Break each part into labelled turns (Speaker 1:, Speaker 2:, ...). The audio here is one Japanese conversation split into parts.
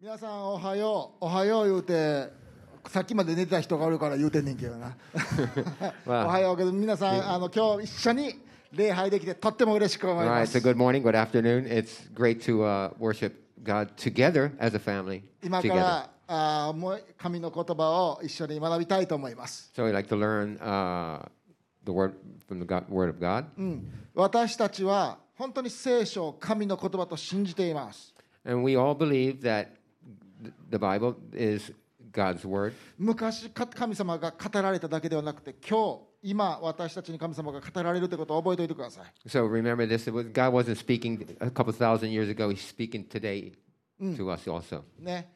Speaker 1: 皆さんおはようおはよう言うてさっきまで寝てた人がおるから言うてんねんけど な、
Speaker 2: Wow.
Speaker 1: おはようけど皆さんあの今日一緒に礼拝できてとっても嬉しく思い
Speaker 2: All
Speaker 1: ま
Speaker 2: right,
Speaker 1: す
Speaker 2: so good morning, good afternoon. It's great to uh, worship God together as a family.
Speaker 1: 今か
Speaker 2: Together.
Speaker 1: らあーもう神の言葉を一緒に学びたいと思います
Speaker 2: So we like to learn uh, the word from the God, Word of God.
Speaker 1: Mm. 私たちは本当に聖書を神の言葉と信じています
Speaker 2: And we all believe that th- the Bible is God's Word.
Speaker 1: 昔か神様が語られただけではなくて今日今私たちに神様が語られるということを覚えておいてください
Speaker 2: So remember this it was, God wasn't speaking a couple thousand years ago, He's speaking today to us also.
Speaker 1: ね、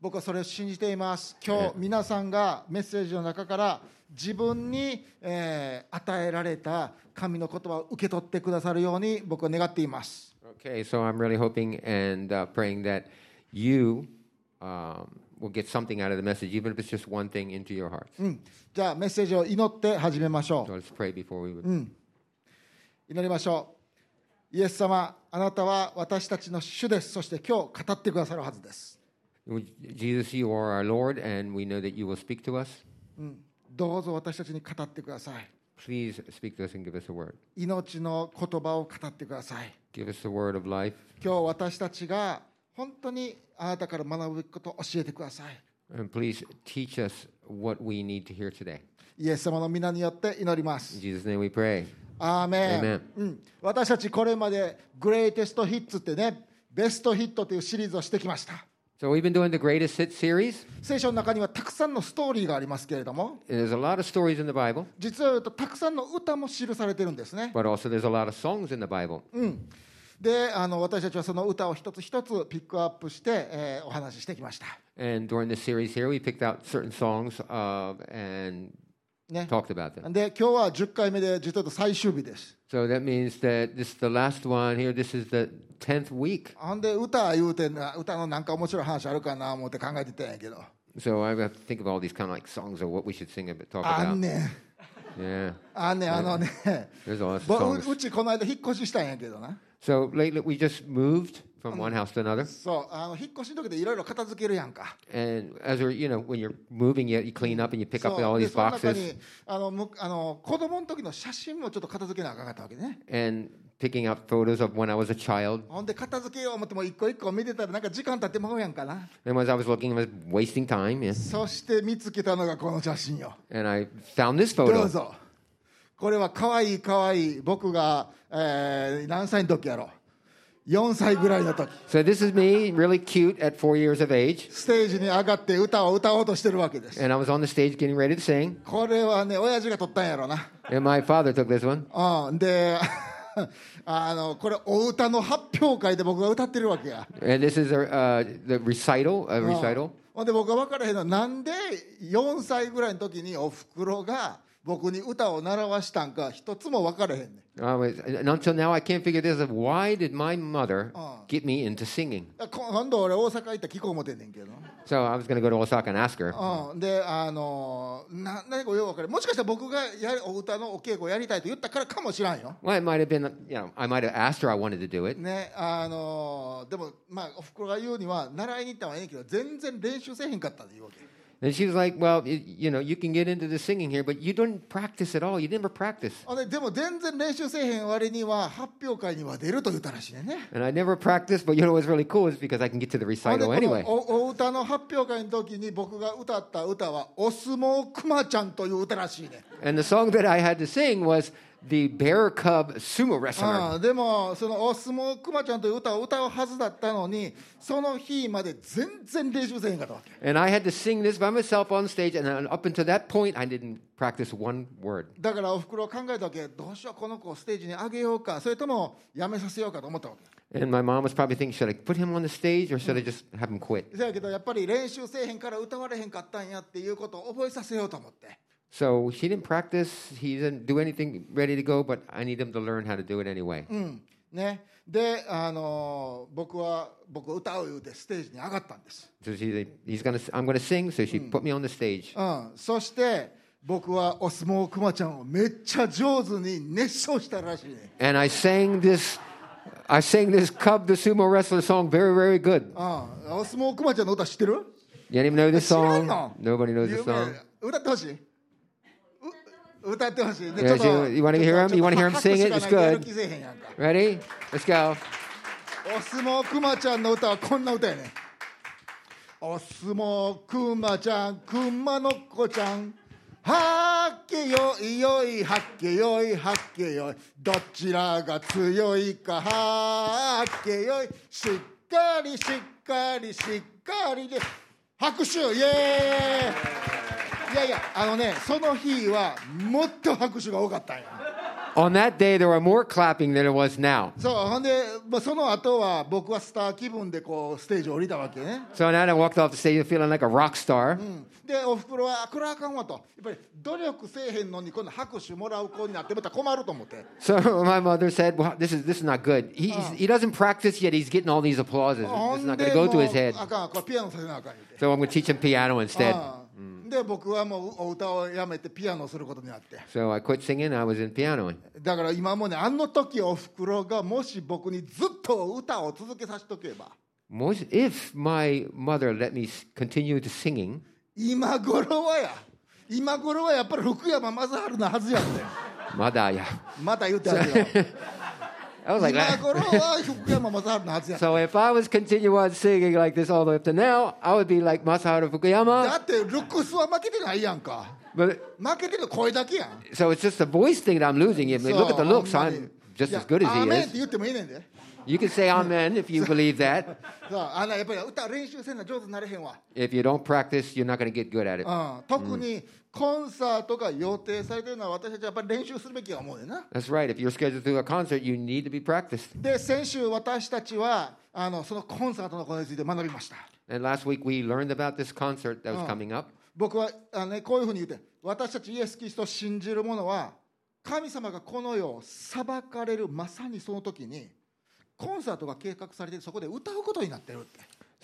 Speaker 1: 僕はそれを信じています。今日皆さんがメッセージの中から自分に、えー与えられた神の言葉を受け取ってくださるように僕は願っています。
Speaker 2: Okay, so I'm really hoping and uh, praying that you um, will get something out of the message, even if it's just one thing into your heart.
Speaker 1: うん、じゃあメッセージを祈って始めましょ
Speaker 2: So let's pray before we would.
Speaker 1: う。祈りましょう。イエス様、あなたは私たちの主です。そして今日語ってくださるはずです。
Speaker 2: Jesus, you are our Lord, and we know that you will speak to us.
Speaker 1: どうぞ私たちに語ってください。
Speaker 2: Please speak to us and give us a word.
Speaker 1: 命の言葉を語ってください。
Speaker 2: Give us the word of life,
Speaker 1: 今日私たちが本当にあなたから学ぶべきことを教えてください。
Speaker 2: and please teach us what we need to hear today.
Speaker 1: イエス様の皆によって祈りま
Speaker 2: In
Speaker 1: す。
Speaker 2: Jesus' name we pray.
Speaker 1: アーメン
Speaker 2: Amen
Speaker 1: うん、私たちこれまでグレイテストヒッツってね、ベストヒットというシリーズをしてきました。
Speaker 2: So, we've been doing the Greatest Hits series,
Speaker 1: 聖書の中にはたくさんのストーリーがありますけれども、
Speaker 2: and there's a lot of stories in the Bible,
Speaker 1: 実を言うとたくさんの歌も記されてるんですね。
Speaker 2: but also there's a lot of songs in the Bible.
Speaker 1: うん、であの、私たちはその歌を一つ一つピックアップして、えーお話ししてきました。
Speaker 2: And during this series here, we picked out certain songs uh, and
Speaker 1: ね、
Speaker 2: talked about them.
Speaker 1: で、今日は10回目で、実を言うと最終日です。
Speaker 2: So, that means that this is the last one here. This is the 10th week.
Speaker 1: ほんで、歌言うてな、歌のなんか面白い話あるかな思って考えてたんやけど、
Speaker 2: So, I have to think of all these kind of like songs or what we should sing about, talk
Speaker 1: あ
Speaker 2: about.
Speaker 1: んねん。
Speaker 2: Yeah,
Speaker 1: あねあのね
Speaker 2: there's a lot of
Speaker 1: ぼう
Speaker 2: songs.
Speaker 1: うちこの間引っ越ししたんやけどな
Speaker 2: So lately we just moved from one house to another,
Speaker 1: そうあの引っ越しの時でいろいろ片付けるやんか
Speaker 2: and as we're you know when you're moving, you, you clean up and you pick up
Speaker 1: そ
Speaker 2: all
Speaker 1: うで
Speaker 2: these
Speaker 1: その中
Speaker 2: boxes
Speaker 1: にあのむあの子供の時の写真もちょっと片付けなあかんかったわけね
Speaker 2: and picking out photos of when I was a child.
Speaker 1: ほんで片付けよう思っても一個一個見てたらなんか時間経ってまうやんかな
Speaker 2: And as I was looking, I was wasting time, yeah.
Speaker 1: そして見つけたのがこの写真よ
Speaker 2: and I found this
Speaker 1: どう
Speaker 2: photo.
Speaker 1: ぞこれはかわいいかわいい僕が、えー何歳の時やろ4歳ぐらいの時
Speaker 2: So this is me, really cute at four years of age,
Speaker 1: ステージに上がって歌を歌おうとしてるわけです
Speaker 2: and I was on the stage getting ready to sing,
Speaker 1: これはね親父が撮ったんやろな
Speaker 2: and my father took this one.
Speaker 1: うん、で あのこれお歌の発表会で僕が歌ってるわけや
Speaker 2: And this is a, uh, the recital, a
Speaker 1: うん
Speaker 2: recital.
Speaker 1: ほんで僕が分からへんのはなんで4歳ぐらいの時におふくろが僕に歌を習わしたんか一つも分からへんねん
Speaker 2: I was, and until now, I can't figure this out. Why did my mother get me into singing?
Speaker 1: だから今度俺大阪行ったら聞こう思てんねんけど
Speaker 2: So I was going to go to Osaka and ask her.
Speaker 1: うん、であのな何かよう分からへんもしかしたら僕がやるお歌のお稽古やりたいと言ったからかもしらんよ
Speaker 2: Well, it might have been, you know, I might have asked her I wanted to do it.
Speaker 1: ねあのでもまあおふくろが言うには習いに行ったのはいいねんけど全然練習せえへんかったって言うわけ
Speaker 2: And she was like, well, y you know, you can get into the singing here, but you don't practice at all. You never practice.
Speaker 1: あれでも全然練習せえへん割には発表会には出ると言ったらしいねんね。
Speaker 2: And I never practiced, but you know what's really cool is because I can get to the
Speaker 1: ほんでこ
Speaker 2: recital
Speaker 1: の
Speaker 2: anyway.
Speaker 1: おお歌の発表会の時に僕が歌った歌は「お相撲くまちゃん」という歌らしいね。
Speaker 2: And the song that I had to sing was the Bear Cub Sumo Wrestler.
Speaker 1: ああでもその「お相撲くまちゃん」という歌を歌うはずだったのにその日まで全然練習せえへんかったわけ。
Speaker 2: And I had to sing this by myself on stage. And then up until that point, I didn't practice one word.
Speaker 1: だからおふくろは考えたわけどうしようこの子をステージに上げようかそれともやめさせようかと思ったわけ。
Speaker 2: And my mom was probably thinking, should I put him on the stage or should I just have him quit?
Speaker 1: せやけどやっぱり練習せえへんから歌われへんかったんやっていうことを覚えさせようと思って。
Speaker 2: So he didn't practice. He didn't do anything ready to go, but I need him to learn how to do it anyway.
Speaker 1: うんね、で、あのー僕は僕は歌う言うてステージに上がったんです、
Speaker 2: So she's like, he's gonna, I'm gonna sing. So she put me on the stage,
Speaker 1: うん、そして僕はお相撲くまちゃんをめっちゃ上手に熱唱したらしいね
Speaker 2: and I sang this I sang this Cub the Sumo Wrestler song very, very
Speaker 1: う
Speaker 2: good.
Speaker 1: ん、青相撲くまちゃんの歌知ってる
Speaker 2: You don't even know this
Speaker 1: 知らんの
Speaker 2: song? Nobody knows this
Speaker 1: 有名
Speaker 2: song.
Speaker 1: 歌ってほしいう歌ってほしいで
Speaker 2: Yeah,
Speaker 1: ちょっと
Speaker 2: you- you wanna hear him?
Speaker 1: ちょっと
Speaker 2: You wanna hear him
Speaker 1: 拍手
Speaker 2: sing it?
Speaker 1: がない
Speaker 2: It's
Speaker 1: と
Speaker 2: good.
Speaker 1: やる気せえへんやんか
Speaker 2: Ready? Let's go.
Speaker 1: お相撲くまちゃんの歌はこんな歌やねんお相撲くまちゃんくまのこちゃんはっけよいよいはっけよいはっけよいどちらが強いかはっけよいしっかりしっかりしっかりで拍手イエーイいやいやあのねその日はもっと拍手が多かったんや
Speaker 2: On that day, there were more clapping than there was now.
Speaker 1: そうほんで、まあ、その後は僕はスター気分でこうステージを降りたわけね
Speaker 2: So now that I walked off the stage feeling like a rock star.
Speaker 1: でおふくろはあこれはあかんわとやっぱり努力せえへんのに今度拍手もらう子になってまた困ると思って
Speaker 2: So my mother said, "Well, this is this is not good. He he's- he doesn't practice yet. He's getting all these applauses.
Speaker 1: ほ
Speaker 2: It's
Speaker 1: ん
Speaker 2: not going
Speaker 1: で
Speaker 2: to
Speaker 1: も
Speaker 2: go
Speaker 1: う
Speaker 2: to his head.
Speaker 1: あかんこれピアノさせなあかん言うて
Speaker 2: So I'm going to teach him piano instead."
Speaker 1: ああで僕はもうお歌をやめてピアノをすることになって
Speaker 2: So I quit singing. I was in pianoing.
Speaker 1: だから今もねあの時おふくろがもし僕にずっと歌を続けさせとけば
Speaker 2: Most, if my mother let me s- continue to singing,
Speaker 1: 今頃はや今頃はやっぱり福山雅治のはずやんね
Speaker 2: madaya.
Speaker 1: また言ってあげよ
Speaker 2: I was
Speaker 1: う
Speaker 2: like,
Speaker 1: 今
Speaker 2: "Ah."
Speaker 1: 頃は福山雅治のはずやん
Speaker 2: so if I was continue on singing like this all the way up to now, I would be like
Speaker 1: だ
Speaker 2: Masaharu Fukuyama.
Speaker 1: ってルックスは負けてないやんか
Speaker 2: But
Speaker 1: 負けてる声だけやん
Speaker 2: so it's just the voice thing that I'm losing. If you look at the
Speaker 1: そう
Speaker 2: looks,
Speaker 1: ほんまに
Speaker 2: I'm just
Speaker 1: いや
Speaker 2: as good as
Speaker 1: アー
Speaker 2: he
Speaker 1: メンって
Speaker 2: is.
Speaker 1: 言ってもいいねんで。
Speaker 2: You can say amen if you believe that.
Speaker 1: さあ、あのやっぱり歌練習せんな上手になれへんわ。
Speaker 2: If you don't practice, you're not going to get good at it.
Speaker 1: うん、特にコンサートが予定されてるのは私たちはやっぱり練習するべきや思うよな。
Speaker 2: That's right. If you're scheduled to a concert, you need to be practiced.
Speaker 1: で、先週私たちはあのそのコンサートのことについて学びました。
Speaker 2: And last week we learned about this concert that was coming up.
Speaker 1: 僕はあの、ね、こういうふうに言って、私たちイエス・キリストを信じる者は、神様がこの世を裁かれるまさにその時に、コンサートが計画されてそこで歌うことになってるって。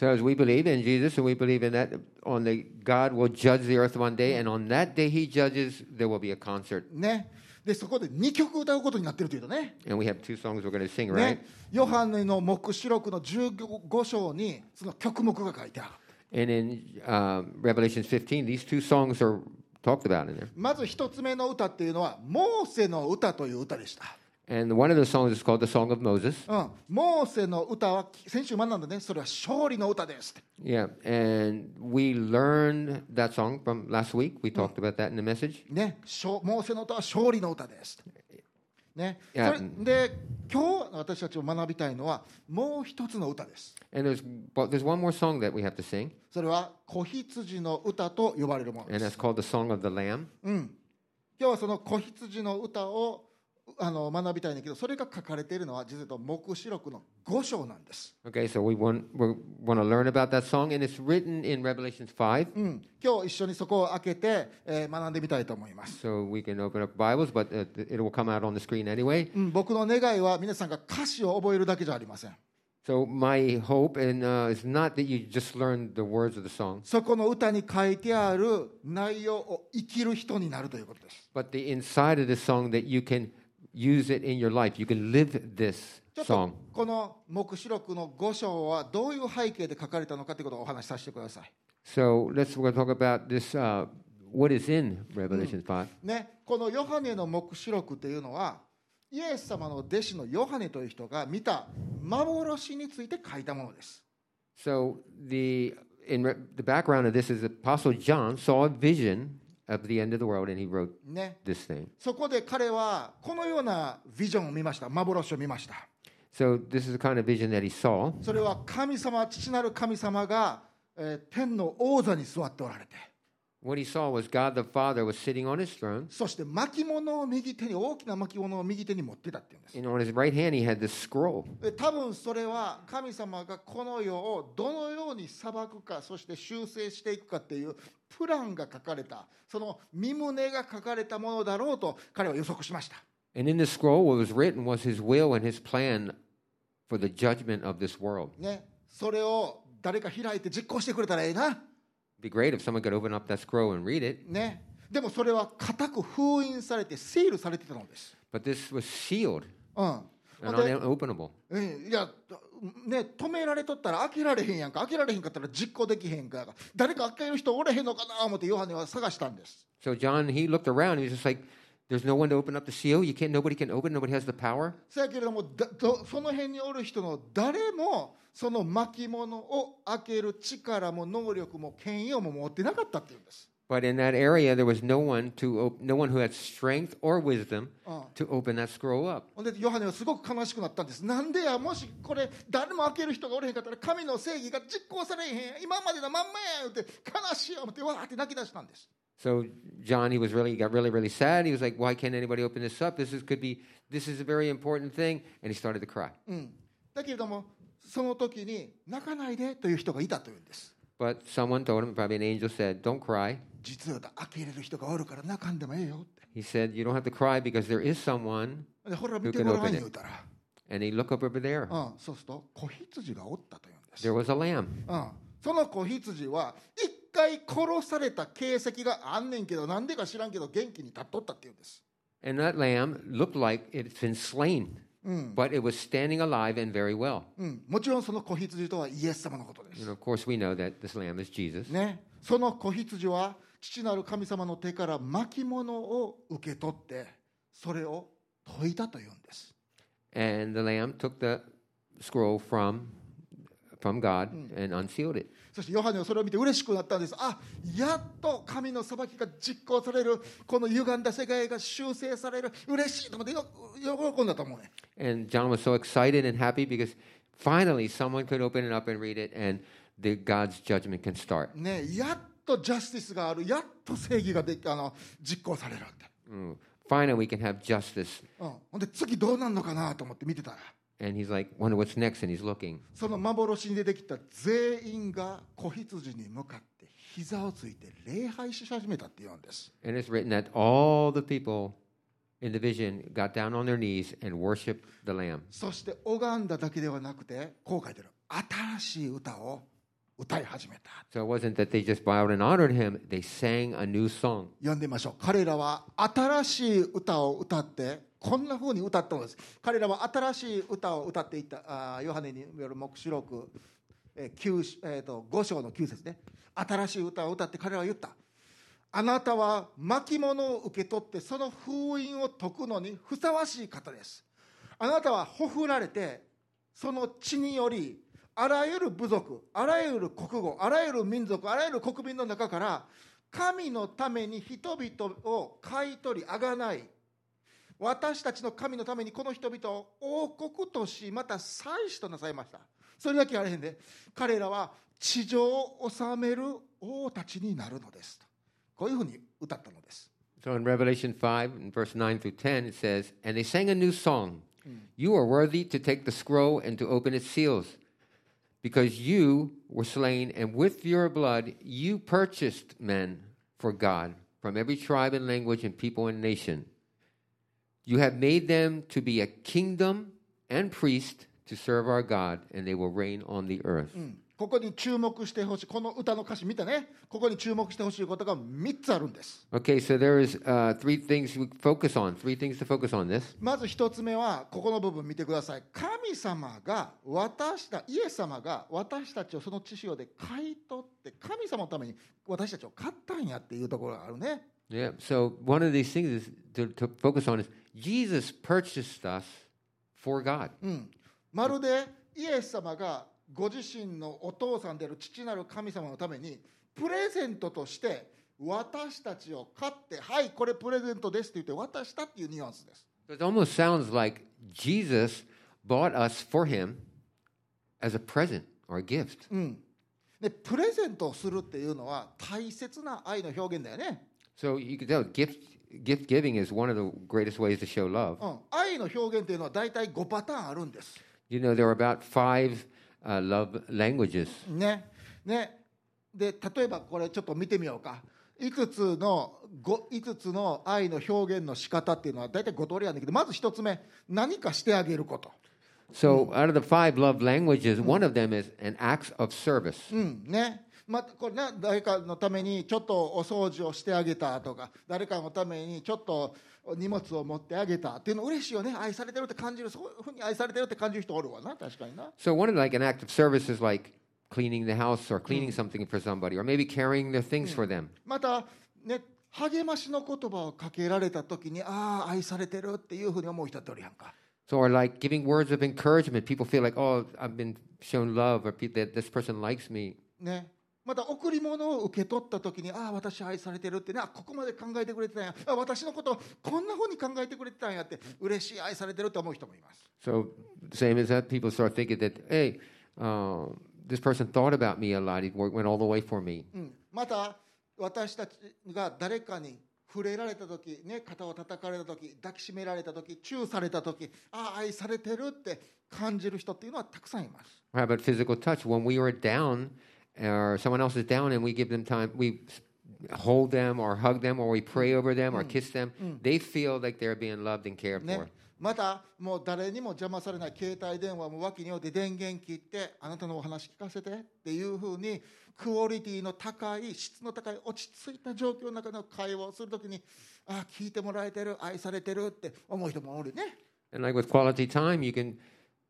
Speaker 2: So as we believe in Jesus and we believe in that on the God will judge the earth one day and on that day he judges there will be a concert.
Speaker 1: ね。で、そこで2曲歌うことになってるというとね。
Speaker 2: And we have two songs we're going to sing, right?
Speaker 1: ね、ヨハネの黙示録の15章にその曲目が書いてある
Speaker 2: And in um, Revelation 15 these two songs are talked about in there.
Speaker 1: まず一つ目の歌っていうのは「モーセの歌」という歌でした、
Speaker 2: And one of those songs is called the Song of Moses.
Speaker 1: うん、モーセの歌は先週学んだねそれは勝利の歌ですって
Speaker 2: Yeah, and we learned that song from last week. We talked about that in the message.
Speaker 1: ねしょモーセの歌は勝利の歌ですってね
Speaker 2: い
Speaker 1: そ
Speaker 2: や
Speaker 1: れで今日私たちを学びたいのはもう一つの歌です
Speaker 2: And there's but there's one more song that we have to sing,
Speaker 1: それは子羊の歌と呼ばれるもので
Speaker 2: and
Speaker 1: す
Speaker 2: that's called the Song of the Lamb.
Speaker 1: うん、今日はその子羊の歌をあの学びたいんだけどそれが書かれているのは実は黙示録の5章なんです、
Speaker 2: Okay, so we want we want to learn about that song, and it's written in Revelation five.
Speaker 1: うん、今日一緒にそこを開けて、えー学んでみたいと思います、
Speaker 2: So we can open up Bibles, but uh, th- it will come out on the screen anyway.
Speaker 1: うん、僕の願いは皆さんが歌詞を覚えるだけじゃありません
Speaker 2: So my hope and uh, is not that you just learn the words of the song,
Speaker 1: そこの歌に書いてある内容を生きる人になるということです
Speaker 2: but the inside of the song that you can use it in your life. You can live this
Speaker 1: ちょっと
Speaker 2: song.
Speaker 1: この黙示録の5章はどういう背景で書かれたのかということをお話しさせてください
Speaker 2: So let's we're going to talk about this. Uh, what is in Revelation five?
Speaker 1: ね、このヨハネの黙示録というのはイエス様の弟子のヨハネという人が見た幻について書いたものです。
Speaker 2: So the in re- the background of this is Apostle John saw a vision of the end of the world, and he wrote
Speaker 1: ね、
Speaker 2: this thing.
Speaker 1: そこで彼はこのようなビジョンを見ました幻を見ました
Speaker 2: So this is the kind of vision that he saw.
Speaker 1: それは神様父なる神様が、えー天の王座に座っておられて
Speaker 2: What he saw was God the Father was sitting on his throne,
Speaker 1: そして巻物を右手に大きな巻物を右手に持ってたっていうんです
Speaker 2: and on his right hand he had this scroll.
Speaker 1: で多分それは神様がこの世をどのように裁くかそして修正していくかっていうプランが書かれたその身旨が書かれたものだろうと彼は予測しました
Speaker 2: And in the scroll, what was written was his will and his plan for the judgment of this world.
Speaker 1: ねそれを誰か開いて実行してくれたらええな
Speaker 2: It'd be great if someone could open up that scroll and read it,
Speaker 1: ねでもそれは固く封印されてセールされてたのです、
Speaker 2: but this was sealed.
Speaker 1: うん、
Speaker 2: and
Speaker 1: ほんで
Speaker 2: unopenable.
Speaker 1: うんいやね止められとったら開けられへんやんか開けられへんかったら実行できへんから誰か開ける人おれへんのかな思ってヨハネは探したんです
Speaker 2: So John, he looked around. He was just like, "There's no one to open up the seal. You can't. Nobody can open. Nobody has the power."
Speaker 1: そやけれどもだどその辺におる人の誰もその巻物を開ける力も能力も権威をも持ってなかったっていうんです
Speaker 2: But in that area, there was no one to op- no one who had strength or wisdom
Speaker 1: Uh.
Speaker 2: to open that scroll up.
Speaker 1: ほんでヨハネはすごく悲しくなったんです。なんでや、もしこれ、誰も開ける人がおれへんかったら、神の正義が実行されへん、今までのまんまや言うて、悲しい思って、わーって泣き出したんです。
Speaker 2: So John, he was really got really really sad. He was like, "Why can't anybody open this up? This is could be this is a very important thing." And he started to cry.
Speaker 1: うん、だけれども、その時に、泣かないでという人がいたというんです。
Speaker 2: But someone told him, probably an angel said, "Don't cry."
Speaker 1: 実はだ開けれる人がおるから、泣かんでもええよって。
Speaker 2: He said, "You don't have to cry because there is someone."
Speaker 1: で、ほら、見てごらん
Speaker 2: Who can open it?
Speaker 1: 言うたら、
Speaker 2: And he looked up over there.
Speaker 1: うん、そうすると、子羊がおったというんです。
Speaker 2: There was a lamb.
Speaker 1: うん、その子羊は、一回殺された形跡があんねんけど、なんでか知らんけど、元気に立っとったっていうんです。
Speaker 2: And that lamb looked like it's been slain, but it was standing alive and very well.
Speaker 1: うん、もちろんその子羊とはイエス様のことです
Speaker 2: And。of course, we know that this lamb is Jesus.
Speaker 1: ね、その子羊は父なる神様の手から巻物を受け取ってそれを解いたというんです。
Speaker 2: And the lamb took the scroll from from God and unsealed it.
Speaker 1: そしてヨハネはそれを見て嬉しくなったんです。あやっと神の裁きが実行される、この歪んだ世界が修正される、嬉しいと思ってよ喜んだと思うね。
Speaker 2: And John was so excited and happy because finally someone could open it up and read it, and the God's judgment can start.
Speaker 1: ねやっとジャスティスがある、やっと正義ができあの実行されるって、
Speaker 2: Mm. Finally, we can have justice.
Speaker 1: うん。ほんで次どうなるのかなと思って見てたら。
Speaker 2: And he's like, wonder what's next, and he's looking.
Speaker 1: その幻に出てきた全員が子羊に向かって膝をついて礼拝し始めたって言うんです。
Speaker 2: And it's written that all the people in the vision got down on their knees and worshiped the Lamb.
Speaker 1: そして拝んだだけではなくて、こう書いてある。新しい歌を歌い始めた。
Speaker 2: So it wasn't that they just bowed and honored him, they sang a new song.
Speaker 1: 読んでみましょう。彼らは新しい歌を歌って、こんな風に歌ったのです。彼らは新しい歌を歌っていた、あーヨハネによる黙示録、えー九えーと5章の9節ね。新しい歌を歌って彼らは言った。あなたは巻物を受け取ってその封印を解くのにふさわしい方です。あなたはほふられてその血によりあらゆる部族あらゆる国語あらゆる民族あらゆる国民の中から神のために人々を買い取りあがない私たちの神のためにこの人々を王国としまた祭司となさいましたそれだけあれへんで彼らは地上を治める王たちになるのですとこういうふうに歌ったのです
Speaker 2: So in Revelation 5, in verse 9 through 10, it says, And they sang a new song. You are worthy to take the scroll and to open its seals, because you were slain, and with your blood you purchased men for God from every tribe and language and people and nation. You have made them to be a kingdom and priest to serve our God, and they will reign on the earth.
Speaker 1: ここに注目してほしいこの歌の歌詞見てねここに注目してほしいことが3つあるんです
Speaker 2: Okay, so there is uh, three things we focus on, three things to focus on this.
Speaker 1: まず1つ目はここの部分見てください神様が私たイエス様が私たちをその血潮で買い取って神様のために私たちを買ったんやっていうところがあるね
Speaker 2: Yeah. So one of these things is to, to focus on is Jesus purchased us for God.
Speaker 1: うんまるでイエス様がご自身のお父さんである父なる神様のためにプレゼントとして私たちを買ってはいこれプレゼントですって言って渡したっていうニュアンスです
Speaker 2: So It almost sounds like Jesus bought us for Him as a present or a gift.
Speaker 1: でプレゼントをするっていうのは大切な愛の表現だよね、
Speaker 2: So you could tell gift gift giving is one of the greatest ways to show love.
Speaker 1: うん、愛の表現っていうのは大体5パターンあるんです
Speaker 2: You know there are about five uh, love languages.
Speaker 1: ねねで例えばこれちょっと見てみようかいくつのご5つの愛の表現の仕方っていうのは大体5通りあるんだけどまず1つ目何かしてあげること、
Speaker 2: So out of the five love languages, one of them is an act of service.
Speaker 1: うんね、またこれね、誰かのためにちょっとお掃除をしてあげたとか誰かのためにちょっと荷物を持ってあげたっていうの嬉しいよね愛されてるって感じるそういうふうに愛されてるって感じる人おるわな確かにな
Speaker 2: So one of like an act of service is like cleaning the house or cleaning something for somebody or maybe carrying their things for them.
Speaker 1: またね励ましの言葉をかけられた時にああ愛されてるっていうふうに思う人っておるやんか
Speaker 2: So or like giving words of encouragement. People feel like, oh, I've been shown love or pe- that this person likes me.
Speaker 1: ねまた贈り物を受け取った時にああ私愛されてるってねあここまで考えてくれてたんやあ私のことをこんなふうに考えてくれてたんやって嬉しい愛されてると思う人もいます
Speaker 2: So same as that, people start thinking that, hey, um, this person thought about me a lot. He wor- went all the way for me.
Speaker 1: うん、また私たちが誰かに触れられた時、ね、肩を叩かれた時抱きしめられた時チューされた時ああ愛されてるって感じる人っていうのはたくさんいます
Speaker 2: How about physical touch? When we are down, or someone else is down, and we give them time, we s- hold them, or hug them, or we pray over them, or kiss them. They feel like they're being loved and cared
Speaker 1: ね
Speaker 2: for.
Speaker 1: またもう誰にも邪魔されない携帯電話も脇に置いて電源切ってあなたのお話聞かせてっていうふうにクオリティの高い質の高い落ち着いた状況の中の会話をする時にああ聞いてもらえてる愛されてるって思う人もおるね。
Speaker 2: And like with quality time, you can,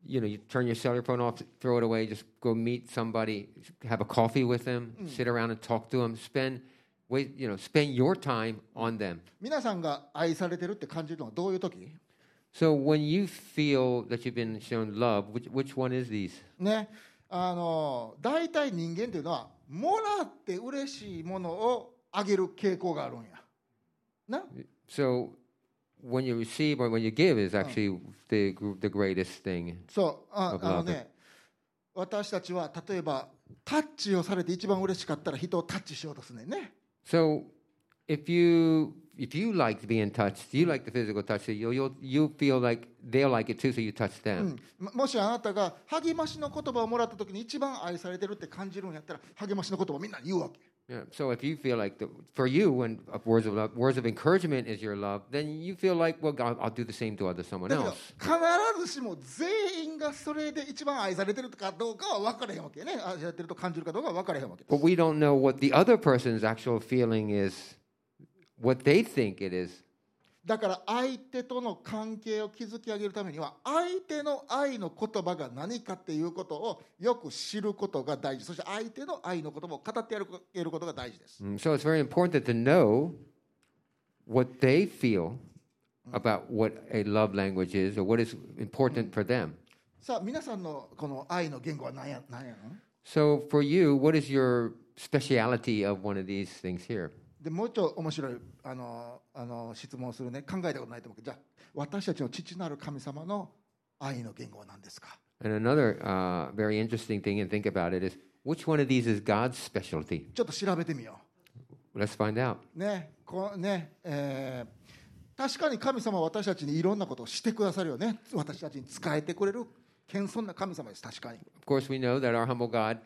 Speaker 2: you know, you turn your cellular phone off, throw it away, just go meet somebody, have a coffee with them, sit around and talk to them, spend, wait, you know, spend your time on them.
Speaker 1: 皆さんが愛されてるって感じるのはどういう時
Speaker 2: So when you feel that you've been shown love, which which one is these?
Speaker 1: ねあの大体人間というのはもらって嬉しいものをあげる傾向があるんやな
Speaker 2: So when you receive or when you give is actually the gr- the greatest thing.
Speaker 1: そうあ
Speaker 2: 僕
Speaker 1: あの
Speaker 2: は
Speaker 1: ね私たちは例えばタッチをされて一番嬉しかったら人をタッチしようとするねんね
Speaker 2: So if you if you like being touched, you like the physical touch, so you'll you'll you feel like they'll like it too, so you touch
Speaker 1: う
Speaker 2: them.
Speaker 1: ん、ももしあなたが励ましの言葉をもらった時に一番愛されてるって感じるんやったら励ましの言葉をみんなに言うわけ
Speaker 2: Yeah. So if you feel like the, for you, when uh, words of love, words of encouragement is your love, then you feel like, well, God, I'll do the same to other someone
Speaker 1: だけど
Speaker 2: else.
Speaker 1: 必ずしも全員がそれで一番愛されてるかどうかは分からへんわけね愛されてると感じるかどうかは分からへんわけ
Speaker 2: But we don't know what the other person's actual feeling is, what they think it is.
Speaker 1: だから相手との関係を築き上げるためには相手の愛の言葉が何かっていうことをよく知ることが大事そして相手の愛の言葉を語ってやることが大事です、
Speaker 2: Mm, So it's very important to know what they feel about what a love language is or what is important for them.
Speaker 1: さあ皆さんのこの愛の言語は何や何やの
Speaker 2: So for you, what is your speciality of one of these things here?
Speaker 1: でもうちょっと面白いあのあの質問をするね考えたことないと思うけどじゃあ私たちの父なる神様の愛の言語は何ですか
Speaker 2: And another uh, very interesting thing, and think about it, is which one of these is God's specialty?
Speaker 1: ちょっと調べてみよう
Speaker 2: Let's find out.
Speaker 1: ねこうねえー確かに神様は私たちにいろんなことをしてくださるよね私たちに使えてくれる謙遜な神様です確かに、
Speaker 2: Of course, we know that our humble God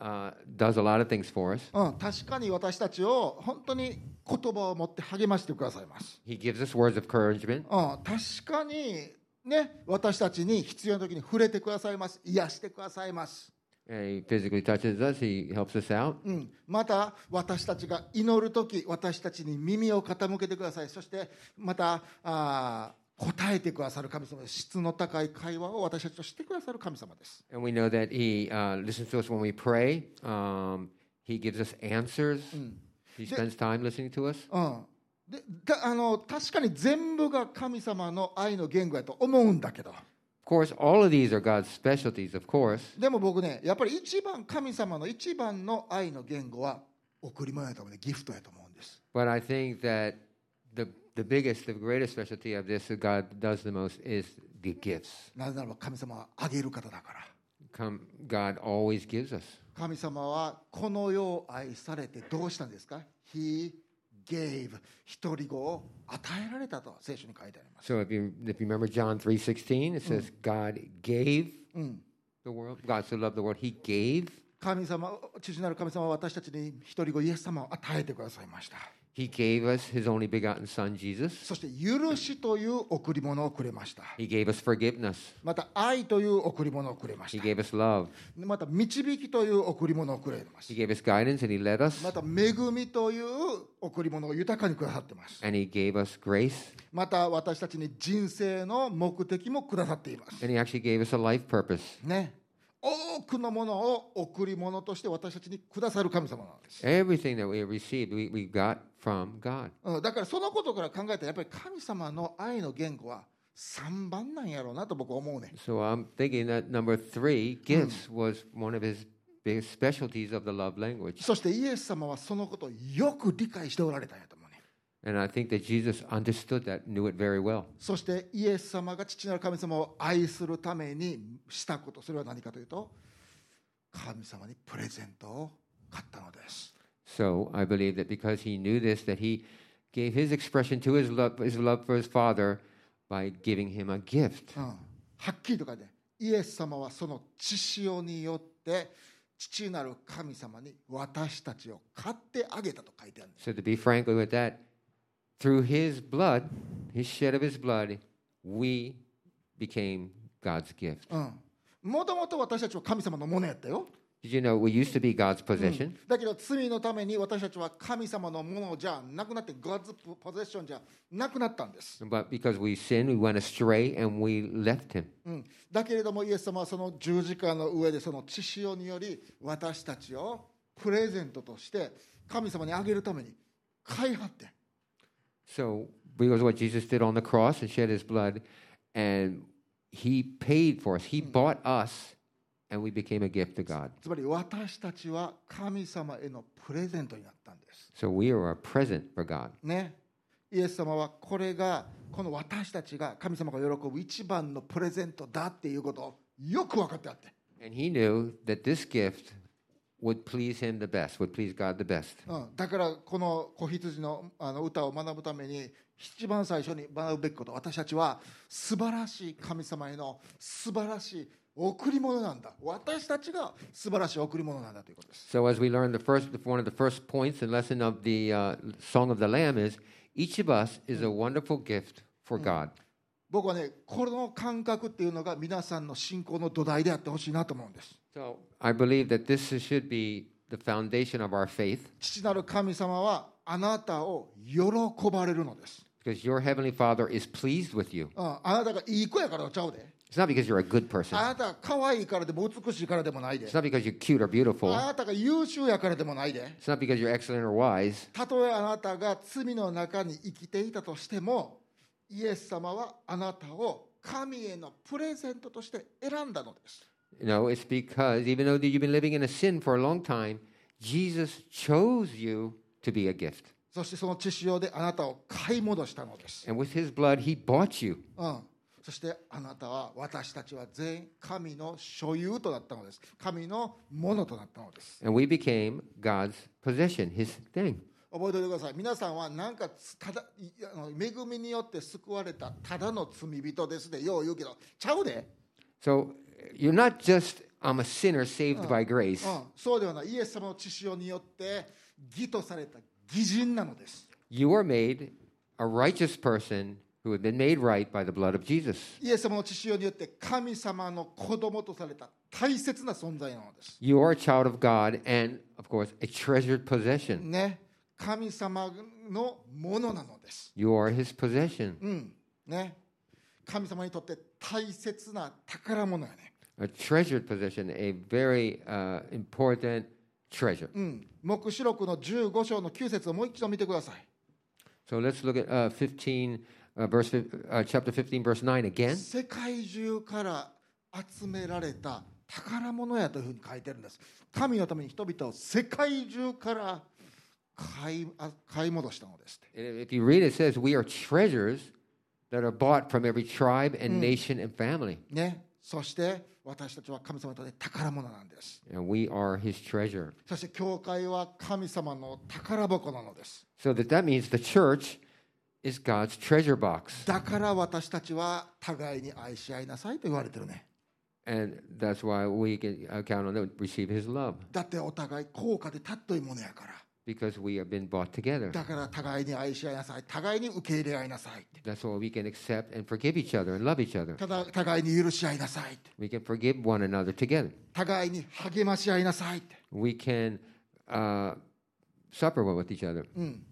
Speaker 2: uh, does a lot of things for us.
Speaker 1: うん、確かに私たちを本当に言葉を持って励ましてくださいます、
Speaker 2: He gives us words of encouragement.
Speaker 1: うん、確かにね私たちに必要な時に触れてくださいます癒してくださいます、
Speaker 2: And he physically touches us. He helps us out.
Speaker 1: うん、また私たちが祈る時私たちに耳を傾けてくださいそしてまたあー答えてくださる神様です質の高い会話を私たちとしてくださる神様です
Speaker 2: And we know that he uh, listens to us when we pray. Um, he gives us answers. He spends time listening to us.
Speaker 1: うん、でだあの確かに全部が神様の愛の言語やと思うんだけど
Speaker 2: Of course, all of these are God's specialties, of course.
Speaker 1: でも僕ねやっぱり一番神様の一番の愛の言語は贈り物やと思うねギフトやと思うんです
Speaker 2: But I think that the, the biggest, the greatest specialty of this that God does the most is the gifts.
Speaker 1: なぜならば神様はあげる方だから
Speaker 2: Come, God always gives us.
Speaker 1: 神様はこの世を愛されてどうしたんですか He gave 一人子を与えられたと聖書に書いてあります
Speaker 2: So if you if you remember John three sixteen, it says God gave the world. God so loved the world, He gave.
Speaker 1: 神様父なる神様は私たちに一人子イエス様を与えてくださいました
Speaker 2: He gave us his only begotten Son, Jesus.
Speaker 1: そして許しという贈り物をくれました
Speaker 2: He gave us forgiveness.
Speaker 1: また愛という贈り物をくれま
Speaker 2: He
Speaker 1: した
Speaker 2: gave us love.
Speaker 1: また導きという贈り物をくれまし
Speaker 2: He gave us guidance and He led us.
Speaker 1: たまた恵みという贈り物を豊かにくださってます
Speaker 2: And He gave us grace.
Speaker 1: また私たちに人生の目的もくださっています
Speaker 2: And He actually gave us a life purpose.
Speaker 1: ね多くのものを贈り物として私たちにくださる神様なんです、
Speaker 2: Everything that we have received, we, we got from God.
Speaker 1: うん、だからそのことから考えたらやっぱり神様の愛の言語は3番なんやろうなと僕思うね
Speaker 2: So I'm thinking that number three, gifts, was one of His big specialties of the love language.
Speaker 1: そしてイエス様はそのことをよく理解しておられたんやと思うね
Speaker 2: And I think that Jesus understood that, knew it very well.
Speaker 1: そしてイエス様が父なる神様を愛するためにしたことそれは何かというと神様にプレゼントを買ったのです
Speaker 2: So I believe that because he knew this, that he gave his expression to his love, his love for his father by giving him a gift.
Speaker 1: うんはっきりとかねイエス様はその血潮によって父なる神様に私たちを買ってあげたと書いてあるんです
Speaker 2: So to be frank with that, through his blood, his shed of his blood, we became God's gift.
Speaker 1: もともと私たちは神様のものやったよ
Speaker 2: Did you know we used to be God's possession?
Speaker 1: だけど罪のために私たちは神様のものじゃなくなって God's possession じゃなくなったんです、
Speaker 2: But because we sinned, we went astray and we left him.
Speaker 1: うん、だけれどもイエス様はその十字架の上でその血潮により私たちをプレゼントとして神様にあげるために買い張って、
Speaker 2: So because what Jesus did on the cross and shed his blood, and he paid for us, he bought us, and we became a gift to God.
Speaker 1: つまり私たちは神様へのプレゼントになったんです。
Speaker 2: So we are a present for God.
Speaker 1: ね。イエス様はこれがこの私たちが神様が喜ぶ一番のプレゼントだっていうことをよく分かってあって、
Speaker 2: And he knew that this gift would please him the best, would please God the best.
Speaker 1: うん、だからこの子羊のあの歌を学ぶために一番最初に学ぶべきこと私たちは素晴らしい神様への素晴らしい贈り物なんだ私たちが素晴らしい贈り物なんだということです。
Speaker 2: So as we learned the first one of the first points and lesson of the uh, Song of the Lamb is each of us is a wonderful gift for God.
Speaker 1: 僕はねこの感覚っていうのが皆さんの信仰の土台であってほしいなと思うんです
Speaker 2: So I believe that this is- should be the foundation of our faith.
Speaker 1: 父なる神様はあなたを喜ばれるのです、
Speaker 2: Because your heavenly Father is pleased with you.
Speaker 1: うん、あなたがいい子やからちゃうで
Speaker 2: It's not because you're a good person.
Speaker 1: あなたが可愛いからでも美しいからでもないで
Speaker 2: It's not because you're cute or
Speaker 1: あ
Speaker 2: beautiful.
Speaker 1: なたが優秀やからでもないで
Speaker 2: It's not because you're excellent or wise.
Speaker 1: たとえあなたが罪の中に生きていたとしてもイエス様はあなたを神へのプレゼントとして選んだのです、
Speaker 2: You know, it's because even though that you've been living in a sin for a long time, Jesus chose you to be a gift.
Speaker 1: そしてその血潮であなたを買い戻したのです、
Speaker 2: And with his blood, he bought you.
Speaker 1: うん、そしてあなたは私たちは全員神の所有となったのです神のものとなったのです
Speaker 2: And we became God's possession, his thing.
Speaker 1: 覚えておいてください皆さんはなんかつただいあの恵みによって救われたただの罪人ですでよう言うけどちゃうで、
Speaker 2: So you're not just, I'm a sinner saved by
Speaker 1: う
Speaker 2: grace.
Speaker 1: ん、そうではないイエス様の血潮によって義とされた義人なのです
Speaker 2: You were made a righteous person who had been made right by the blood of Jesus.
Speaker 1: イエス様の血潮によって神様の子供とされた大切な存在なのです
Speaker 2: You are a child of God and, of course, a treasured possession.
Speaker 1: ね神様のものなのです、
Speaker 2: You are his possession,
Speaker 1: うんね、神様にとって大切な宝物やね、
Speaker 2: a treasured possession, a very uh, important treasure.
Speaker 1: うん、黙示録の15章の9節をもう一度見てください
Speaker 2: So let's look at uh, 15, uh, verse, fif- uh, chapter 15, verse 9 again.
Speaker 1: 世界中から集められた宝物やというふうに書いてるんです神のために人々を世界中から買いあ買い戻したのですって
Speaker 2: And If you read it, it says, We are treasures that are bought from every tribe and nation and family.
Speaker 1: ねそして私たちは神様にとって宝物なんです
Speaker 2: And we are his treasure.
Speaker 1: そして教会は神様の宝箱なのです
Speaker 2: So that, that means the church is God's treasure box.
Speaker 1: だから私たちは互いに愛し合いなさいと言われてるね
Speaker 2: And that's why we can uh, count on it, receive his love.
Speaker 1: だってお互い高価で尊いものやから
Speaker 2: because we have been bought together.
Speaker 1: だから互いに愛し合いなさい互いに受け入れ合いなさいって
Speaker 2: That's why we can accept and forgive each other and love each other.
Speaker 1: ただ互いに許し合いなさいって
Speaker 2: We can forgive one another together.
Speaker 1: 互いに励まし合いなさいって、
Speaker 2: We can uh, suffer with each other.
Speaker 1: うん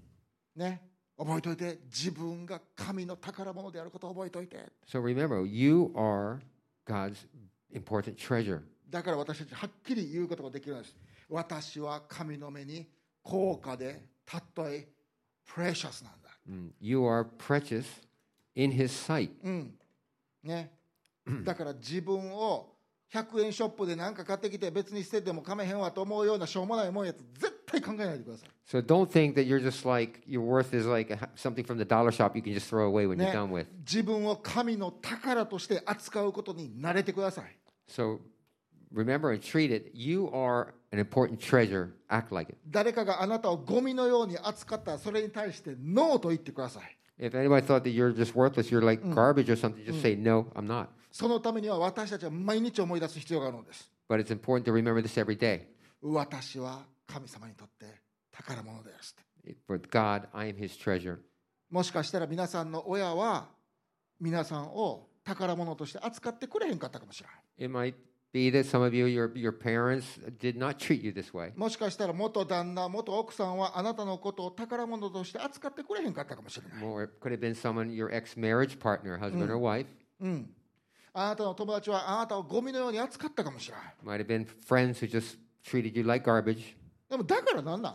Speaker 1: ね、覚えといて自分が神の宝物であることを覚えといて
Speaker 2: So remember, you are God's important treasure.
Speaker 1: だから私たちはっきり言うことができるんです私は神の目に高価でたっとえプレシャスなんだ
Speaker 2: Mm, You are precious in His sight.
Speaker 1: うんね、だから自分を100円ショップで何か買ってきて別に捨ててもかめへんわと思うようなしょうもないもんやつ絶対考えないでくださ
Speaker 2: So don't think that you're just like your worth is like a, something from the dollar shop you can just throw away when
Speaker 1: い、ね
Speaker 2: you're done with.
Speaker 1: 自分を神の宝として扱うことに慣れてください
Speaker 2: So remember and treat it. You are an important treasure. Act like it.
Speaker 1: 誰かがあなたをゴミのように扱ったらそれに対してノーと言ってください
Speaker 2: If anybody thought that you're just worthless, you're like garbage or something, just say, No, I'm not.
Speaker 1: そのためには私たちは毎日思い出す必要があるのです
Speaker 2: But it's important to remember this every day.
Speaker 1: 私は神様にとって宝物ですって
Speaker 2: For God, I am his treasure.
Speaker 1: もしかしたら皆さんの親は皆さんを宝物として扱ってくれへんかったかもしれない
Speaker 2: It might be that some of you, your, your parents did not treat you this way.
Speaker 1: もしかしたら元旦那、元奥さんはあなたのことを宝物として扱ってくれへんかったかもしれない。
Speaker 2: Or it could have been someone, your ex marriage partner, husband or wife.
Speaker 1: うん。あなたの友達はあなたをゴミのように扱ったかもしれない。
Speaker 2: Might have been friends who just treated you like garbage.
Speaker 1: でもだからなんなん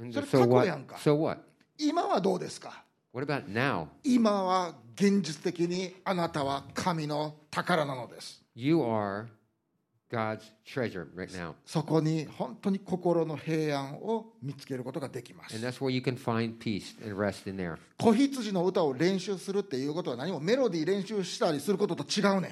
Speaker 2: And
Speaker 1: So
Speaker 2: so what?
Speaker 1: 過去やんか。
Speaker 2: So what?
Speaker 1: 今はどうですか
Speaker 2: What about now?
Speaker 1: 今は現実的にあなたは神の宝なのです。
Speaker 2: You are God's treasure right now.
Speaker 1: そこに本当に心の平安を見つけることができま
Speaker 2: And
Speaker 1: す。
Speaker 2: that's where you can find peace and rest in there.
Speaker 1: 子羊の歌を練習するっていうことは何もメロディー練習したりすることと違うねん。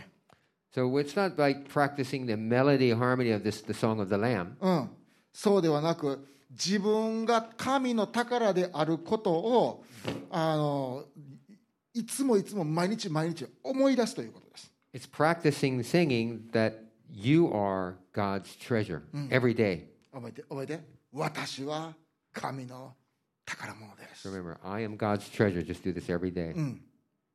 Speaker 2: So it's not like practicing the melody harmony of this the song of the lamb.
Speaker 1: うん、そうではなく自分が神の宝であることをあのいつもいつも毎日毎日思い出すということです。
Speaker 2: It's practicing singing that you are God's treasure every day.
Speaker 1: 覚えて覚えて私は神の宝物です。
Speaker 2: Remember, I am God's treasure. Just do this every day.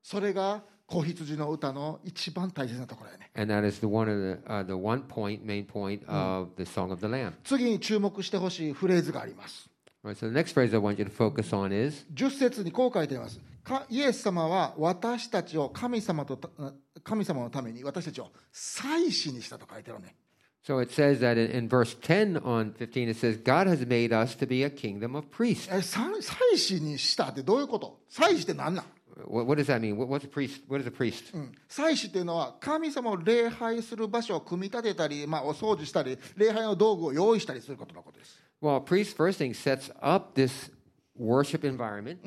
Speaker 1: それが子羊の歌の一番大切なところやね。
Speaker 2: And that is the one of the uh, the one point main point of the song of the lamb.
Speaker 1: 次に注目してほしいフレーズがあります。
Speaker 2: All right, so the next phrase I want you to focus on is
Speaker 1: 10節にこう書いてあります。かイエス様は私たちを神様とた神様のために私たちを祭司にしたと書いてあるね。
Speaker 2: so it says that in, in verse 10 on 15 it says God has made us to be a kingdom of priests.
Speaker 1: え祭祭司にしたってどういうこと祭司って何なん、
Speaker 2: What, what does that mean? What, what's a priest? What is a priest?
Speaker 1: うん祭司っていうのは神様を礼拝する場所を組み立てたり、まあ、お掃除したり礼拝の道具を用意したりすることのことです
Speaker 2: Well, a priest first thing sets up this worship environment,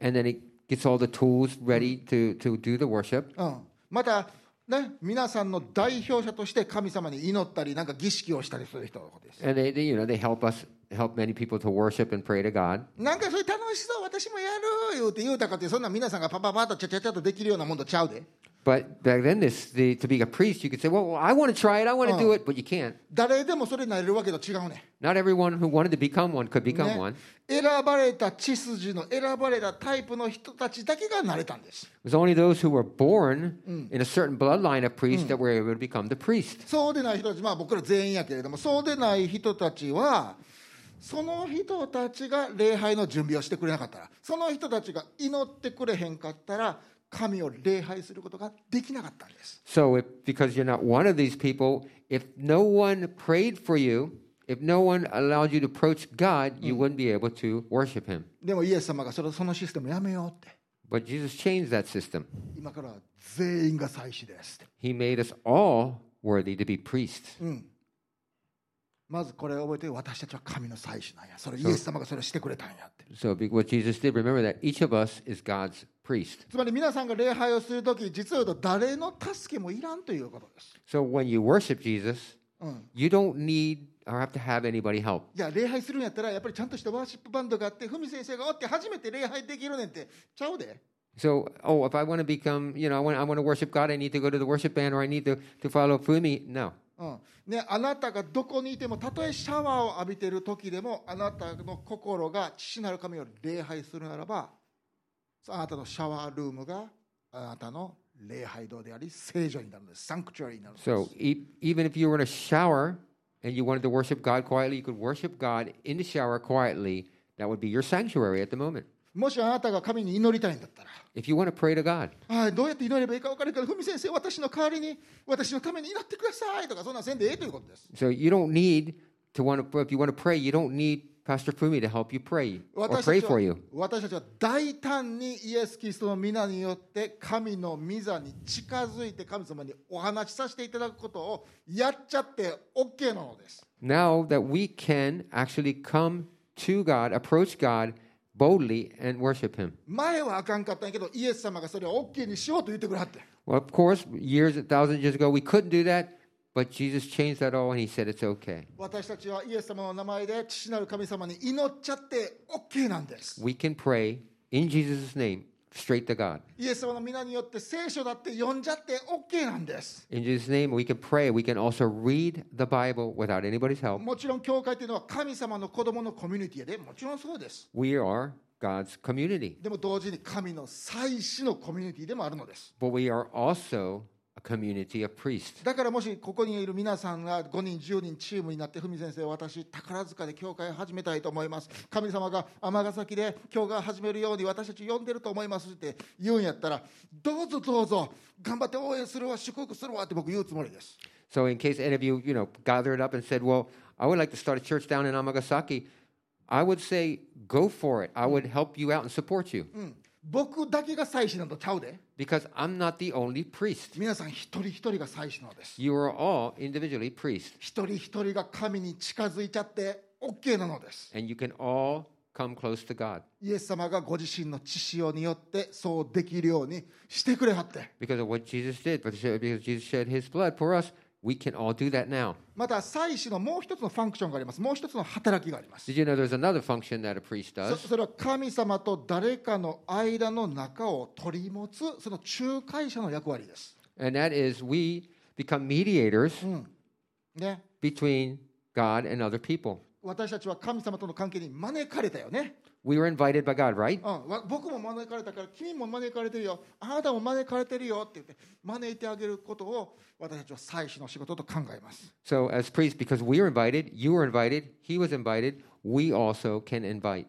Speaker 2: and then he gets all the tools ready to, to do the worship.
Speaker 1: うん、また、ね、皆さんの代表者として神様に祈ったりなんか儀式をしたりする人のことです、
Speaker 2: And they, they, you know, they help us help many people to worship and pray to God.
Speaker 1: なんかそれ楽しそう私もやる言うて言うたかってそんな皆さんがパパパッとちゃちゃちゃっとできるようなもんとちゃうで
Speaker 2: But back then, this the, to be a priest, you could say, "Well, well, I want to try it. I want to do it," but you can't.
Speaker 1: 誰でもそれになれるわけと違うね
Speaker 2: Not everyone who wanted to become one could become
Speaker 1: ね
Speaker 2: one.
Speaker 1: 選ばれた血筋の選ばれたタイプの人たちだけがなれたんです
Speaker 2: It was only those who were born in a certain bloodline of priests that were able to become the priest.
Speaker 1: そうでない人たち、まあ、僕ら全員やけれどもそうでない人たちはその人たちが礼拝の準備をしてくれなかったらその人たちが祈ってくれへんかったら神を礼拝することができなかったんです。
Speaker 2: So, if, because you're not one of these people, if no one prayed for you, if no one allowed you to approach God, you wouldn't be able to worship Him.
Speaker 1: でもイエス様がそれそのシステムやめようって。
Speaker 2: But Jesus changed that system.
Speaker 1: 今からは全員が祭司ですって。
Speaker 2: He made us all worthy to be priests.
Speaker 1: まずこれを覚えて私たちは神の祭司なんや。それイエス様がそれをしてくれたんやって。
Speaker 2: So, be- what Jesus did, remember that each of us is God's priest.
Speaker 1: つまり皆さんが礼拝をするとき、実を言うと誰の助けもいらんということです。
Speaker 2: So, when you worship Jesus, you don't need or have to have anybody help.
Speaker 1: いや礼拝するんやったらやっぱりちゃんとしたワーシップバンドがあってふみ先生がおって初めて礼拝できるねんってちゃうで
Speaker 2: So, oh, if I want to become, you know, I want, I want to worship God, I need to go to the worship band or I need to, to follow Fumi. No.
Speaker 1: うんうんね、あなたがどこにいてもたとえシャワーを浴びている時でもあなたの心が父なる神より礼拝するならばあなたのシャワールームがあなたの礼拝堂であり聖女になるのですサンクチュアリになるのです
Speaker 2: So e- even if you were in a shower and you wanted to worship God quietly, you could worship God in the shower quietly. That would be your sanctuary at the moment.
Speaker 1: もしあなたが神に祈りたいんだったら
Speaker 2: If you want to pray to God,
Speaker 1: はい、どうやって祈ればいいか分からんから、文先生、私の代わりに、私のために祈ってくださいとか、そんなんせんでええということです。
Speaker 2: so you don't need to want to. If you want to pray, you don't need Pastor Fumi to help you pray or
Speaker 1: 私
Speaker 2: pray
Speaker 1: たち
Speaker 2: for
Speaker 1: は
Speaker 2: you.
Speaker 1: 私たちは大胆にイエス・キリストの皆によって神の御座に近づいて神様にお話しさせていただくことをやっちゃって OK なのです。
Speaker 2: Now that we can actually come to God, approach God boldly, and worship Him.
Speaker 1: 前はあかんかったんやけどイエス様がそれを OK にしようと言ってくれはって。
Speaker 2: Well, of course, years, a thousand years ago, we couldn't do that, but Jesus changed that all, and He said it's okay.
Speaker 1: 私たちはイエス様の名前で父なる神様に祈っちゃって OK なんです。
Speaker 2: We can pray in Jesus' name straight to God.
Speaker 1: イエス様の皆によって聖書だって読んじゃって OK なんです。
Speaker 2: In Jesus' name, we can pray. We can also read the Bible without anybody's help.
Speaker 1: もちろん教会というのは神様の子供のコミュニティやでもちろんそうです
Speaker 2: We are God's community,
Speaker 1: でも同時に神の祭祀のコミュニティでもあるのです
Speaker 2: but we are also a community of priests.
Speaker 1: だからもしここにいる皆さんが5人10人チームになって文先生私宝塚で教会を始めたいと思います神様が尼崎で教会を始めるように私たち呼んでると思いますって言うんやったらどうぞどうぞ頑張って応援するわ祝福するわって僕言うつもりです
Speaker 2: So, in case any of you, you know, gathered up and said, "Well, I would like to start a church down in Amagasaki," I would say, "Go for it." I would help you out and support you
Speaker 1: うん僕だけが祭祀などちゃうで
Speaker 2: because I'm not the only priest.
Speaker 1: 皆さん一人一人が祭祀なのです
Speaker 2: You are all individually priests,
Speaker 1: 一人一人が神に近づいちゃって OK なのです。
Speaker 2: and you can all come close to God
Speaker 1: イエス様がご自身の血潮によってそうできるようにしてくれはって。
Speaker 2: because of what Jesus did. But because Jesus shed His blood for us, we can all do that now.
Speaker 1: また祭司のもう一つのファンクションがあります。もう一つの働きがあります。
Speaker 2: Did you know there's another function that a priest
Speaker 1: そ
Speaker 2: does?
Speaker 1: それは神様と誰かの間の中を取り持つその仲介者の役割です。
Speaker 2: And that is we become mediators
Speaker 1: ね、
Speaker 2: between God and other people.
Speaker 1: 私たちは神様との関係に招かれたよね、
Speaker 2: We were invited by God, right?
Speaker 1: うん。わ僕も招かれたから君も招かれてるよ。あなたも招かれてるよって言って招いてあげることを私たちは祭司の仕事と考えます。
Speaker 2: So as priests, because we were invited, you were invited, he was invited, we also can invite.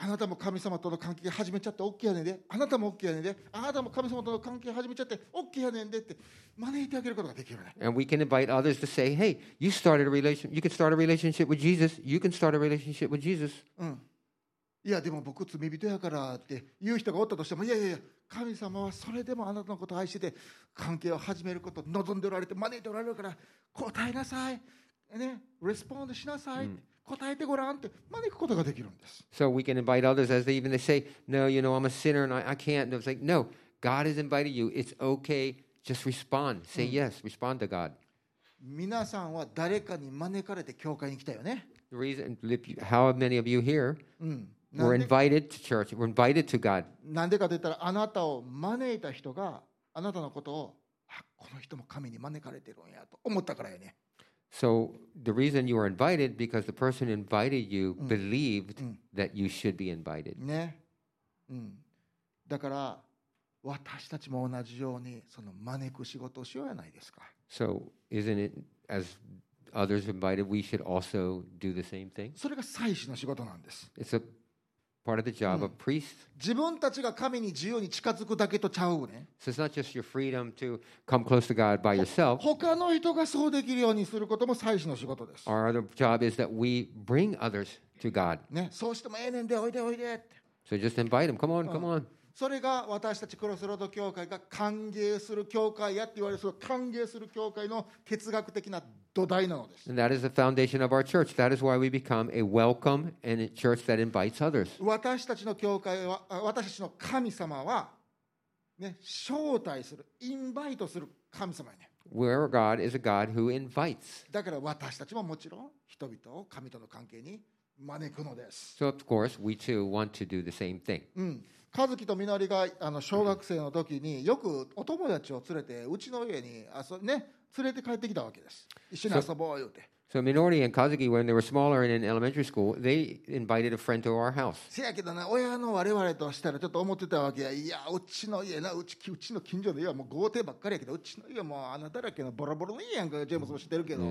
Speaker 1: あなたも神様との関係始めちゃって OK やねんで、あなたも OK やねんで、あなたも神様との関係始めちゃって OK やねんでって招いてあげることができるよね。
Speaker 2: And we can invite others to say, hey, you started a relation you can start a relationship with Jesus. You can start a relationship with Jesus.
Speaker 1: うん。いや、でも僕、罪人やからって言う人がおったとしても、いやいやいや、神様はそれでもあなたのことを愛してて、関係を始めることを望んでおられて、招いておられるから、答えなさい、ね、レスポンドしなさい、答えてごらんって招くことができるんです。
Speaker 2: So we can invite others as they even they say, No, you know, I'm a sinner and I, I can't. And it's like, no, God has invited you. It's okay. Just respond. Say yes. Respond to God.
Speaker 1: 皆さんは誰かに招かれて教会に来たよね。
Speaker 2: The reason how many of you here
Speaker 1: うん。
Speaker 2: were invited to church, were invited to God.
Speaker 1: なんでかと言ったらあなたを招いた人があなたのことをあこの人も神に招かれてるんやと思ったからよね
Speaker 2: So the reason you were invited because the person invited you believed that you should be invited.
Speaker 1: ね、うん、だから私たちも同じようにその招く仕事をしようやないですか
Speaker 2: So isn't it as others invited, we should also do the same thing?
Speaker 1: それが祭司の仕事なんです
Speaker 2: It's a part of the job of priests.
Speaker 1: 自分たちが神に自由に近づくだけとちゃうね
Speaker 2: So it's not just your freedom to come close to God by yourself.
Speaker 1: 他の人がそうできるようにすることも祭司の仕事です、
Speaker 2: Our other job is that we bring others to God.
Speaker 1: ね、そうしてもええねんでおいでおいでって
Speaker 2: So just invite them. Come on, come on.
Speaker 1: それが私たちクロスロード教会が歓迎する教会やって言われるその歓迎する教会の哲学的な土台なのです。
Speaker 2: And that is the foundation of our church. That is why we become a welcome and a church that invites others.
Speaker 1: 私たちの教会はあ私たちの神様は、ね、招待するインバイトする神様やね。
Speaker 2: Where God is a God who invites.
Speaker 1: だから私たちももちろん人々を神との関係に招くのです。
Speaker 2: So, of course, we too want to do the same thing.
Speaker 1: うん、和樹とみのりがあの小学生の時によくお友達を連れてうちの家に遊,、ね、連れて帰ってきたわけです一緒に遊ぼう言うて
Speaker 2: So Minori and Kazuki, when they were smaller and in elementary school, they invited a friend to our house.
Speaker 1: せやけどな親の我々としたらちょっと思ってたわけやいやうちの家なうちうちの近所の家はもう豪邸ばっかりやけどうちの家はもう穴だらけのボロボロの家やんかジェームズも知ってるけど、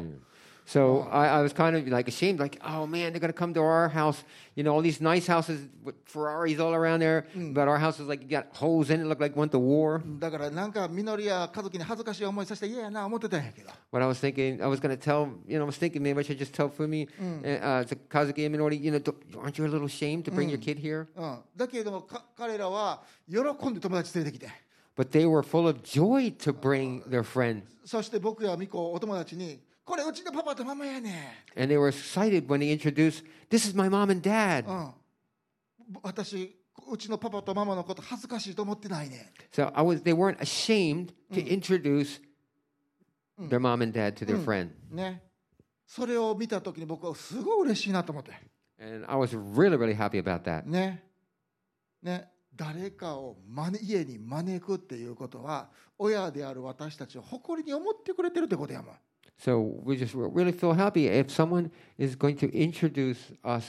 Speaker 2: So I, I was kind of like ashamed, like, oh man, they're gonna come to our house. You know, all these nice houses with Ferraris all around there, but our house is like got holes in it, looked like went to war.
Speaker 1: だからなんかみのりや家族に恥ずかしい思いさせて嫌やな思ってたんやけど
Speaker 2: But I was thinking, I was gonna tell, you know, I was thinking maybe I should just tell Fumi, and, uh, to Kazuki and Minori, you know, don't- aren't you a little ashamed to bring your kid here?
Speaker 1: うん、だけれどもか彼らは喜んで友達連れてきて
Speaker 2: But they were full of joy to bring their friend,
Speaker 1: そして僕やミコお友達に「これうちのパパとママやね
Speaker 2: and they were excited when he introduced, "This is my mom and dad."
Speaker 1: ん」うん「私うちのパパとママのこと恥ずかしいと思ってないねん」
Speaker 2: So I was, they weren't ashamed to introduce their mom and dad to their friend.
Speaker 1: ねそれを見た時に僕はすごい嬉しいなと思って
Speaker 2: And I was really, really happy about that.
Speaker 1: ねね誰かを招家に招くっていうことは親である私たちを誇りに思ってくれてるってことやもん
Speaker 2: So we just re- really feel happy if someone is going to introduce us.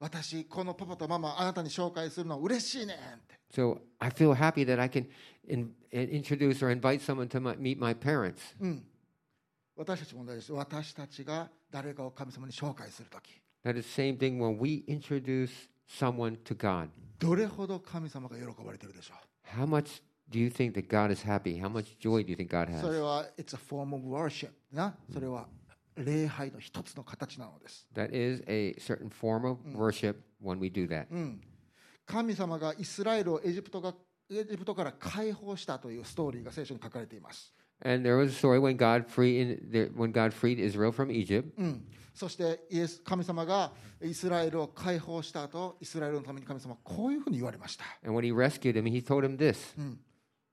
Speaker 1: 私このパパとママあなたに紹介するの嬉しいねんって
Speaker 2: So I feel happy that I can in, in- introduce or invite someone to my, meet my parents.
Speaker 1: 私たちも同じです私たちが誰かを神様に紹介する時
Speaker 2: That is the same thing when we introduce someone to God.
Speaker 1: どれほど神様が喜ばれてるでしょ
Speaker 2: How much do you think that God is happy? How much joy do you think God
Speaker 1: う
Speaker 2: has?
Speaker 1: それは It's a form of worship なそれは礼拝の一つの形なのです
Speaker 2: That is a certain form of worship when we do that.
Speaker 1: 神様がイスラエルをエジプトがエジプトから解放したというストーリーが聖書に書かれています、
Speaker 2: And there was a story when God freed in, there- when God freed Israel from Egypt,
Speaker 1: うんそしてイエス神様がイスラエルを解放した後イスラエルのために神様はこういうふうに言われました
Speaker 2: and when He rescued him, He told him this.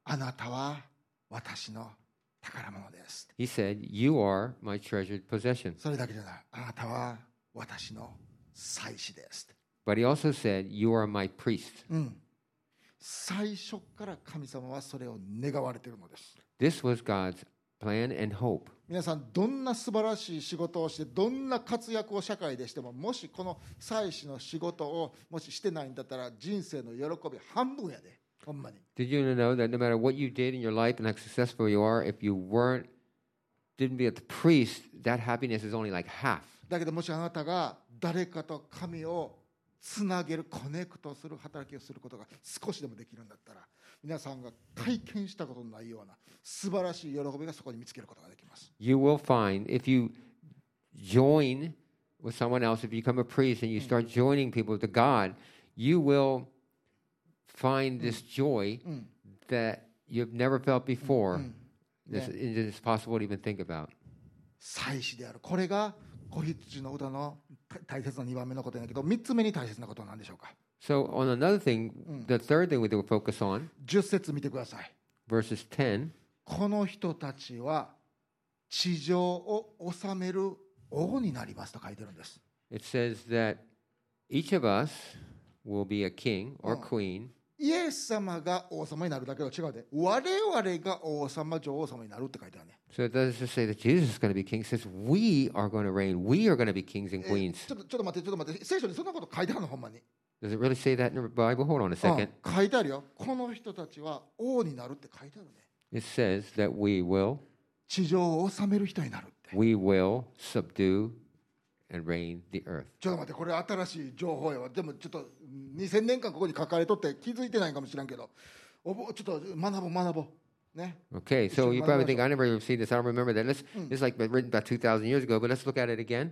Speaker 1: あなたは私の宝物です。
Speaker 2: He said, "You are my treasured possession."
Speaker 1: それだけじゃない。あなたは私の祭司です。
Speaker 2: But He also said, "You are my priest."
Speaker 1: 最初から神様はそれを願われているのです。
Speaker 2: This was God's plan and hope.
Speaker 1: 皆さん、どんな素晴らしい仕事をして、どんな活躍を社会でしても、もしこの祭司の仕事をもししてないんだったら、人生の喜び半分やで。ほんまに。
Speaker 2: Did you know that no matter what you did in your life and how successful you are, if you weren't didn't be a priest, that happiness is only like half.
Speaker 1: だけど、もしあなたが誰かと神をつなげる、コネクトする働きをすることが少しでもできるんだったら、皆さんが体験したことのないような素晴らしい喜びがそこに見つけることができます。
Speaker 2: You will find if you join with someone else, if you become a priest and you start joining people to God, you will find this joy that you've never felt before. This is possible to even think about.
Speaker 1: 祭司である。これが小羊の歌の大大切な2番目のことやけど、3つ目に大切なことは何でしょうか。
Speaker 2: So, on another thing, the third thing we will focus on,
Speaker 1: 10節見てください。
Speaker 2: verses 10,
Speaker 1: この人たちは地上を治める王になりますと書いてるんです。
Speaker 2: it says that each of us will be a king or queen.
Speaker 1: イエス様が王様になるだけど違うで我々が王様女王様になるって書いてあるね
Speaker 2: So, it doesn't just say that Jesus is going to be king, it says we are going to reign. We are going to be kings and
Speaker 1: え
Speaker 2: queens.
Speaker 1: ちょっとちょっと待ってちょっと待って聖書にそんなこと書いてあるのほんまに
Speaker 2: Does it really say that in the Bible? Hold on a second.
Speaker 1: うん書いてあるよこの人たちは王になるって書いてあるね
Speaker 2: It says that we will,
Speaker 1: 地上を治める人になるって
Speaker 2: we will subdue and reign the earth.
Speaker 1: ちょっと待ってこれ新しい情報やわでもちょっと2000年間ここに書かれとって気づいてないかもしれんけどおぼちょっと学ぼう学ぼうね
Speaker 2: Okay, so
Speaker 1: should
Speaker 2: you
Speaker 1: run
Speaker 2: probably
Speaker 1: that
Speaker 2: think I never even seen this. I don't remember that. Let's, This is like written about 2,000 years ago, but let's look at it again.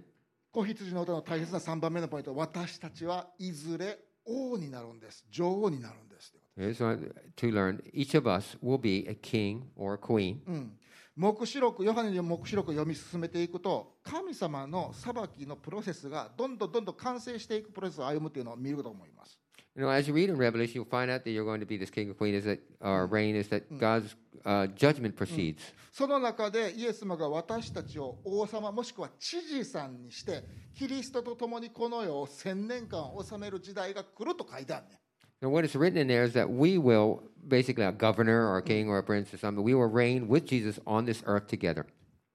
Speaker 1: 子羊の歌の大切な3番目のポイント私たちはいずれ王になるんです女王になるんですってこと
Speaker 2: Here's one to learn. Each of us will be a king or a queen.
Speaker 1: Hmm. 黙示録ヨハネの黙示録を読み進めていくと神様の裁きのプロセスがどんどんどんどん完成していくプロセスを歩むというのを見ると思います。
Speaker 2: You know, as you read in Revelation, you'll find out that you're going to be this king or queen. Is that our reign? Is that God's uh, judgment proceeds?
Speaker 1: その中でイエス様が私たちを王様もしくは知事さんにしてキリストと共にこの世を千年間を治める時代が来ると書いてあるね。
Speaker 2: And what is written in there is that we will, basically, a governor or a king or a prince or something, we will reign with Jesus on this earth together.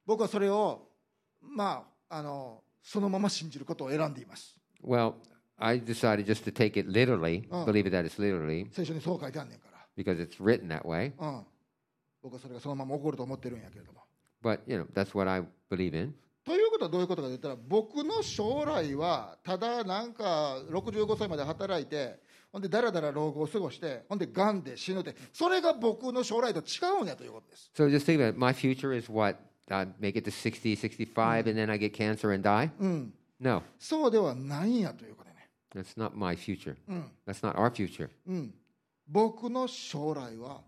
Speaker 1: 僕はそれを、まあ、あのそのまま信じることを選んでいます。
Speaker 2: Well, I decided just to take it literally,
Speaker 1: Oh.
Speaker 2: believe it that it's literally,
Speaker 1: 聖書にそう書いてあんねんか
Speaker 2: because it's written that way.
Speaker 1: ら、うん、僕はそれがそのまま起こると思ってるんやけれども。
Speaker 2: But, you know, that's what I believe in.
Speaker 1: ということはどういうことかといったら僕の将来はただなんか65歳まで働いてほんでだらだら老後を過ごしてほんで癌で死ぬってそれが僕の将来と違うんやということです
Speaker 2: So just think about it. My future is what? I make it to 60, 65, and then I get cancer and die? No,
Speaker 1: そうではないんやということね
Speaker 2: that's not my future. That's not our future.
Speaker 1: 僕の将来は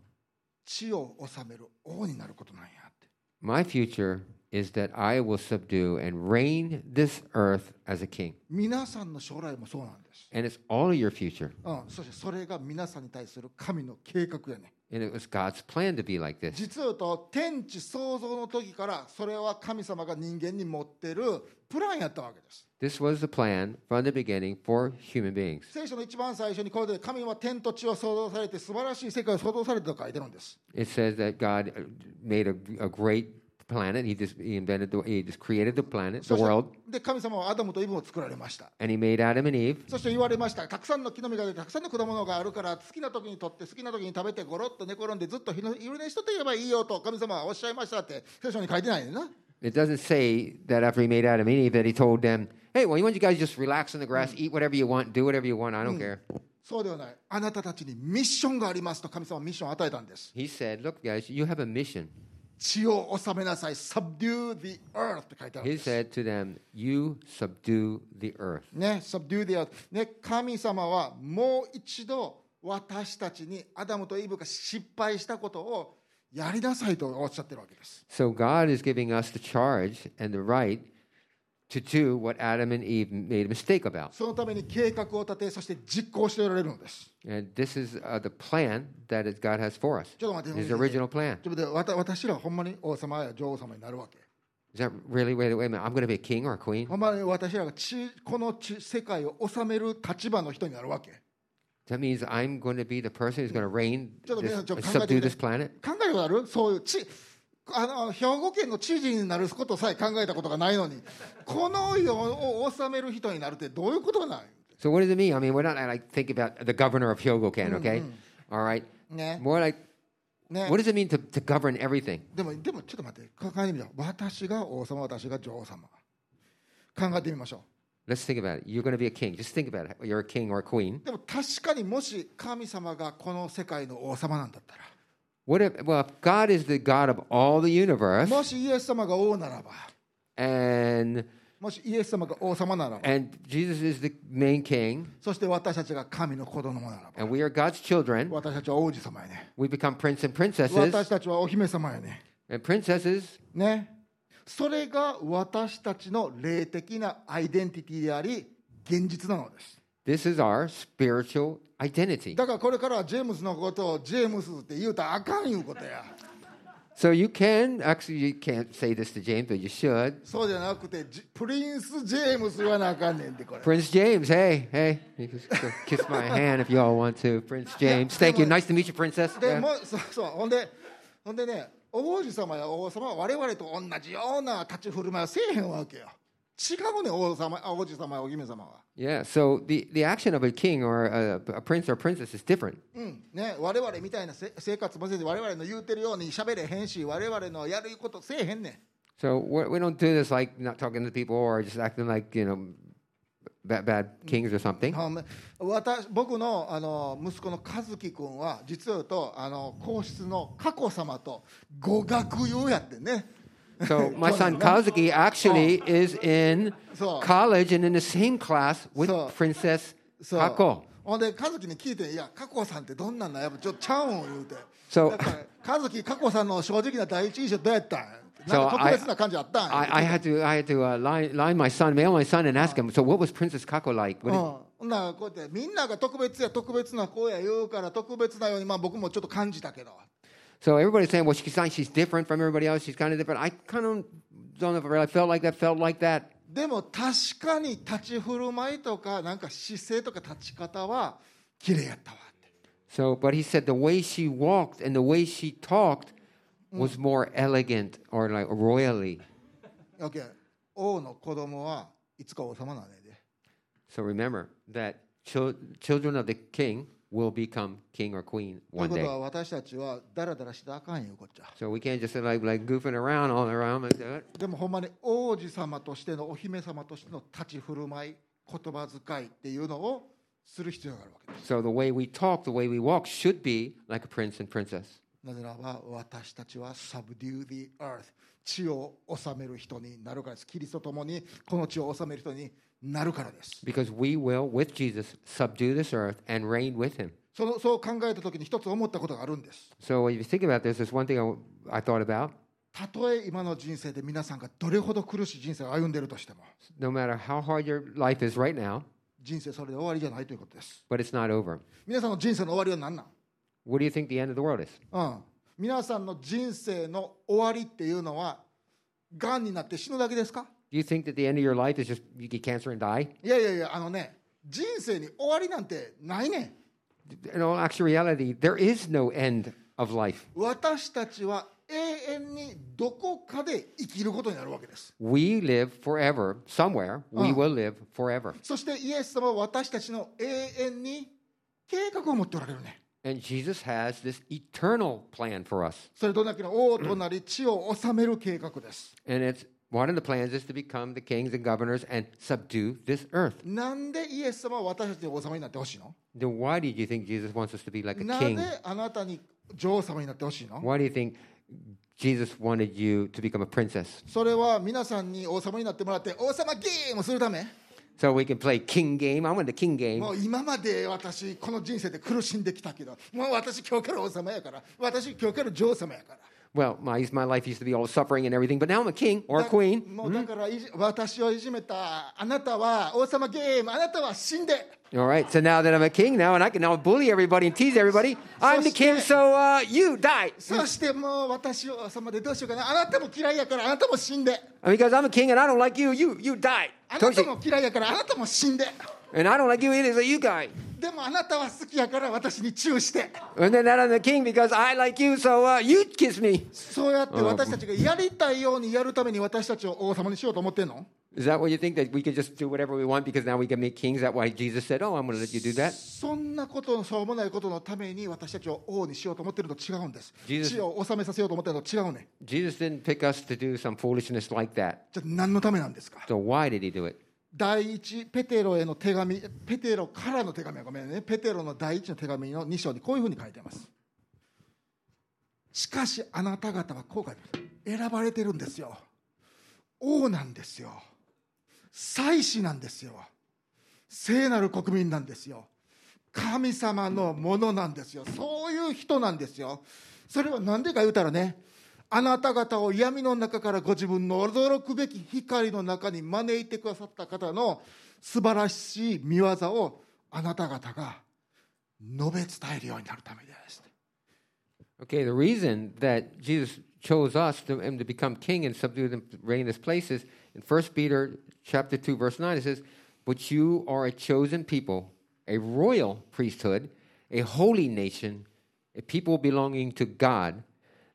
Speaker 1: 地を治める王になることなんやって
Speaker 2: My future is that I will subdue and reign this earth as a king.
Speaker 1: 皆さんの将来もそうなんです、
Speaker 2: And it's all of your future.
Speaker 1: うん、そしてそれが皆さんに対する神の計画やね
Speaker 2: And it was God's plan to be like this.
Speaker 1: 実を言うと天地創造の時からそれは神様が人間に持ってるプランやったわけです
Speaker 2: This was the plan from the beginning for human beings.
Speaker 1: 聖書の一番最初にこうで神は天と地を創造されて素晴らしい世界を創造されたと書いてるんです
Speaker 2: It says that God uh, made a, a great planet. He just he invented the he just created the planet, the
Speaker 1: そして
Speaker 2: world,
Speaker 1: で神様はアダムとイブを作られました
Speaker 2: and he made Adam and Eve.
Speaker 1: そして言われましたたくさんの木の実が出てたくさんの果物があるから好きな時に取って好きな時に食べてゴロッと寝転んでずっと昼寝しとっていればいいよと神様はおっしゃいましたって聖書に書いてないねんな
Speaker 2: It doesn't say that after he made Adam and Eve that he told them, "Hey, well, you want you guys just relax in the grass, eat whatever you want, do whatever you want. I don't care."
Speaker 1: そうではないあなたたちにミッションがありますと神様はミッションを与えたんです
Speaker 2: He said, "Look, guys, you have a mission."
Speaker 1: 地を治めなさい subdue the earth って書いてあるん
Speaker 2: He
Speaker 1: です
Speaker 2: said to them, "You subdue the earth."
Speaker 1: ね、subdue the earth、ね、神様はもう一度私たちにアダムとイブが失敗したことをやりなさいとおっしゃってるわけです。
Speaker 2: So God is giving us the charge and the right to do what Adam and Eve made a mistake about.
Speaker 1: そのために計画を立て、そして実行しておられるのです。
Speaker 2: And this is uh, the plan that is- God has for us.
Speaker 1: ちょっと待って、
Speaker 2: His original plan.
Speaker 1: ちょっと待ってわた私らほんまに王様や女王様になるわけ。
Speaker 2: Is that really? Wait, wait a minute. I'm going to be a king or a queen?
Speaker 1: ほんまに私らが地この地世界を治める立場の人になるわけ。
Speaker 2: That means I'm going to be the person who's going to reign,
Speaker 1: ちょっと皆さん、ちょっ
Speaker 2: this,
Speaker 1: と考えて
Speaker 2: subdue
Speaker 1: みて
Speaker 2: this planet.
Speaker 1: 考えたことあるそういう地あの兵庫県の知事になることさえ考えたことがないのにこの世を治める人になるってどういうことなん
Speaker 2: So what does it mean? I mean, we're not like think about the governor of Hyogokan, okay? All right.
Speaker 1: Yeah.
Speaker 2: More like,
Speaker 1: ね
Speaker 2: what does it mean to, to govern everything?
Speaker 1: でもでもちょっと待って考えてみよう私が王様私が女王様考えてみましょ
Speaker 2: Let's think about it. You're going to be a king. Just think about it. You're a king or a queen.
Speaker 1: うでも確かにもし神様がこの世界の王様なんだったら
Speaker 2: What if, well, if God is the God of all the universe
Speaker 1: もしイエス様が王ならば
Speaker 2: and,
Speaker 1: もしイエス様が王様ならば
Speaker 2: and Jesus is the main king
Speaker 1: そして私たちが神の子供ならば
Speaker 2: and we are God's children,
Speaker 1: 私たちは王子様やね
Speaker 2: we become prince and princesses
Speaker 1: 私たちはお姫様やね
Speaker 2: and princesses.
Speaker 1: ね、それが私たちの霊的なアイデンティティであり現実なのです
Speaker 2: This is our spiritual identity.
Speaker 1: だからこれからはジェームズのことをジェームズって言うたらあかんいうことや
Speaker 2: So you can, actually, you can't say this to James, but you should.
Speaker 1: そうじゃなくてジプリンス・ジェームズ言わなあかんねんってこれ
Speaker 2: Prince James, hey, hey, you can s- kiss my hand if you all want to. Prince James, thank you. Nice to meet you, princess.
Speaker 1: で
Speaker 2: Yeah.
Speaker 1: もうそうそうほんでほんでね王子様や王様は我々と同じような立ち振る舞いはせえへんわけよ違うねん王様あ王子様やお姫様は
Speaker 2: Yeah, so the, the action of a king or a, a prince or princess is different.
Speaker 1: うんね、我々みたいなせ生活もせず我々の言うてるように喋れへんし我々のやることせえへんねん
Speaker 2: So we're, we don't do this like not talking to people or just acting like, you know, bad, bad kings or something.
Speaker 1: あま私僕のあの息子の和樹君は実を言うとあの皇室の佳子様と語学友やってね
Speaker 2: So my son Kazuki actually is in
Speaker 1: So-
Speaker 2: college and in the same class with
Speaker 1: So-
Speaker 2: Princess
Speaker 1: そう
Speaker 2: Kako.
Speaker 1: ほんで和樹に聞いて「いや佳子さんってどんなんなんやっぱちょっとちゃうん」言うて
Speaker 2: So-
Speaker 1: だから和樹佳子さんの正直な第一印象どうやったんなん
Speaker 2: So
Speaker 1: か特
Speaker 2: I,
Speaker 1: 別な感じあったん
Speaker 2: I, I had to, I had to uh, line, line my son, mail my son, and ask him. So, what was Princess Kako like?
Speaker 1: う
Speaker 2: What did-
Speaker 1: んほんならこうやってみんなが特別や特別な子や言うから特別なようにまあ僕もちょっと感じたけど
Speaker 2: So everybody's saying, well, she's like she's different from everybody else. She's kind of different. I kind of don't know if I really felt like that. Felt like that.
Speaker 1: でも確かに立ち振る舞いとかなんか姿勢とか立ち方は綺麗やったわって
Speaker 2: So, but he said the way she walked and the way she talked was more elegant or like royally.
Speaker 1: OK 王の子供はいつか王様なんやで
Speaker 2: So remember that chil- children of the king will become king or queen
Speaker 1: という
Speaker 2: one
Speaker 1: こと
Speaker 2: day.
Speaker 1: は私たちはダラダラしてあかんよこっちゃ
Speaker 2: So we can't just like like goofing around all around like that.
Speaker 1: でもほんまに王子様としてのお姫様としての立ち振る舞い言葉遣いっていうのをする必要があるわけです
Speaker 2: So the way we talk, the way we walk should be like a prince and princess.
Speaker 1: なぜならば私たちは subdue the earth 地を治める人になるからですキリストともにこの地を治める人になるからです
Speaker 2: Because we will, with Jesus, subdue this earth and reign with him.
Speaker 1: そのそう考えた時に一つ思ったことがあるんです
Speaker 2: So if you think about this, there's one thing I w- I thought about.
Speaker 1: たとえ今の人生で皆さんがどれほど苦しい人生を歩んでいるとしても
Speaker 2: No matter how hard your life is right now,
Speaker 1: 人生それで終わりじゃないということです
Speaker 2: but it's not over.
Speaker 1: 皆さんの人生の終わりは何なん
Speaker 2: What do you think the end of the world is?
Speaker 1: うん、皆さんの人生の終わりっていうのは、がんになって死ぬだけですか
Speaker 2: Do you think that the end of your life is just you get cancer and die?
Speaker 1: いやいやいや、あのね、人生に終わりなんてないねん。
Speaker 2: In all actuality, there is no end of life.
Speaker 1: 私たちは永遠にどこかで生きることになるわけです。
Speaker 2: We live forever. Somewhere, we will live forever.
Speaker 1: そしてイエス様は私たちの永遠に計画を持っておられるね。
Speaker 2: And Jesus has this eternal plan for us.
Speaker 1: それどんだけの王となり地を治める計画です。
Speaker 2: And it's one of the plans is to become the kings and governors and subdue this earth.
Speaker 1: なんでイエス様は私たちの王様になってほしいの
Speaker 2: Then why did you think Jesus wants us to be like a
Speaker 1: な
Speaker 2: king?
Speaker 1: ぜあなたに女王様になってほしいの
Speaker 2: Why do you think Jesus wanted you to become a princess?
Speaker 1: それは皆さんに王様になってもらって王様ゲームするため
Speaker 2: So we can play king game. I want the king game.
Speaker 1: もう今まで私この人生で苦しんできたけどもう私今日から王様やから私今日から女王様やから
Speaker 2: Well, my, my life used to be all suffering and everything, but now I'm a king or a queen.
Speaker 1: もうだからいじ私をいじめたあなたは王様ゲームあなたは死んで
Speaker 2: All right, so now that I'm a king now and I can now bully everybody and tease everybody, I'm the king, so uh, you die.
Speaker 1: そしてもう私を王様でどうしようかなあなたも嫌いやからあなたも死んで
Speaker 2: And because I'm a king and I don't like you, you you die.
Speaker 1: あなた
Speaker 2: Toshi.
Speaker 1: も嫌いやからあなたも死んで
Speaker 2: And I don't like you either, so you die.
Speaker 1: でもあなたは好きやから私にチューして
Speaker 2: And then now I'm the king because I like you, so uh, you kiss me.
Speaker 1: そうやって私たちがやりたいようにやるために私たちを王様にしようと思ってんの
Speaker 2: Is that what you think? That we could just do whatever we want because now we can make kings? That why Jesus said, Oh, I'm going to let you do that?
Speaker 1: そんなことのしょうもないことのために私たちを王にしようと思ってるのと違うんです。
Speaker 2: Jesus-
Speaker 1: 地を治めさせようと思ってるのと違うね。
Speaker 2: Jesus didn't pick us to do some foolishness like that.
Speaker 1: じゃあ何のためなんですか
Speaker 2: So why did he do it?
Speaker 1: 第一ペテロへの手紙、ペテロからの手紙はごめんね。ペテロの第一の手紙の2章にこういうふうに書いてます。しかしあなた方はこう書いてます。選ばれてるんですよ。王なんですよ。祭司なんですよ。聖なる国民なんですよ。神様のものなんですよ。そういう人なんですよ。それは何でか言うたらね、あなた方を闇の中からご自分の驚くべき光の中に招いてくださった方の素晴らしい見業をあなた方が述べ伝えるようになるためです。
Speaker 2: Okay, the reason that Jesus chose us to, and to become king and subdue and reign this place is in 1 Peter chapter 2, verse 9, it says, But you are a chosen people, a royal priesthood, a holy nation, a people belonging to God,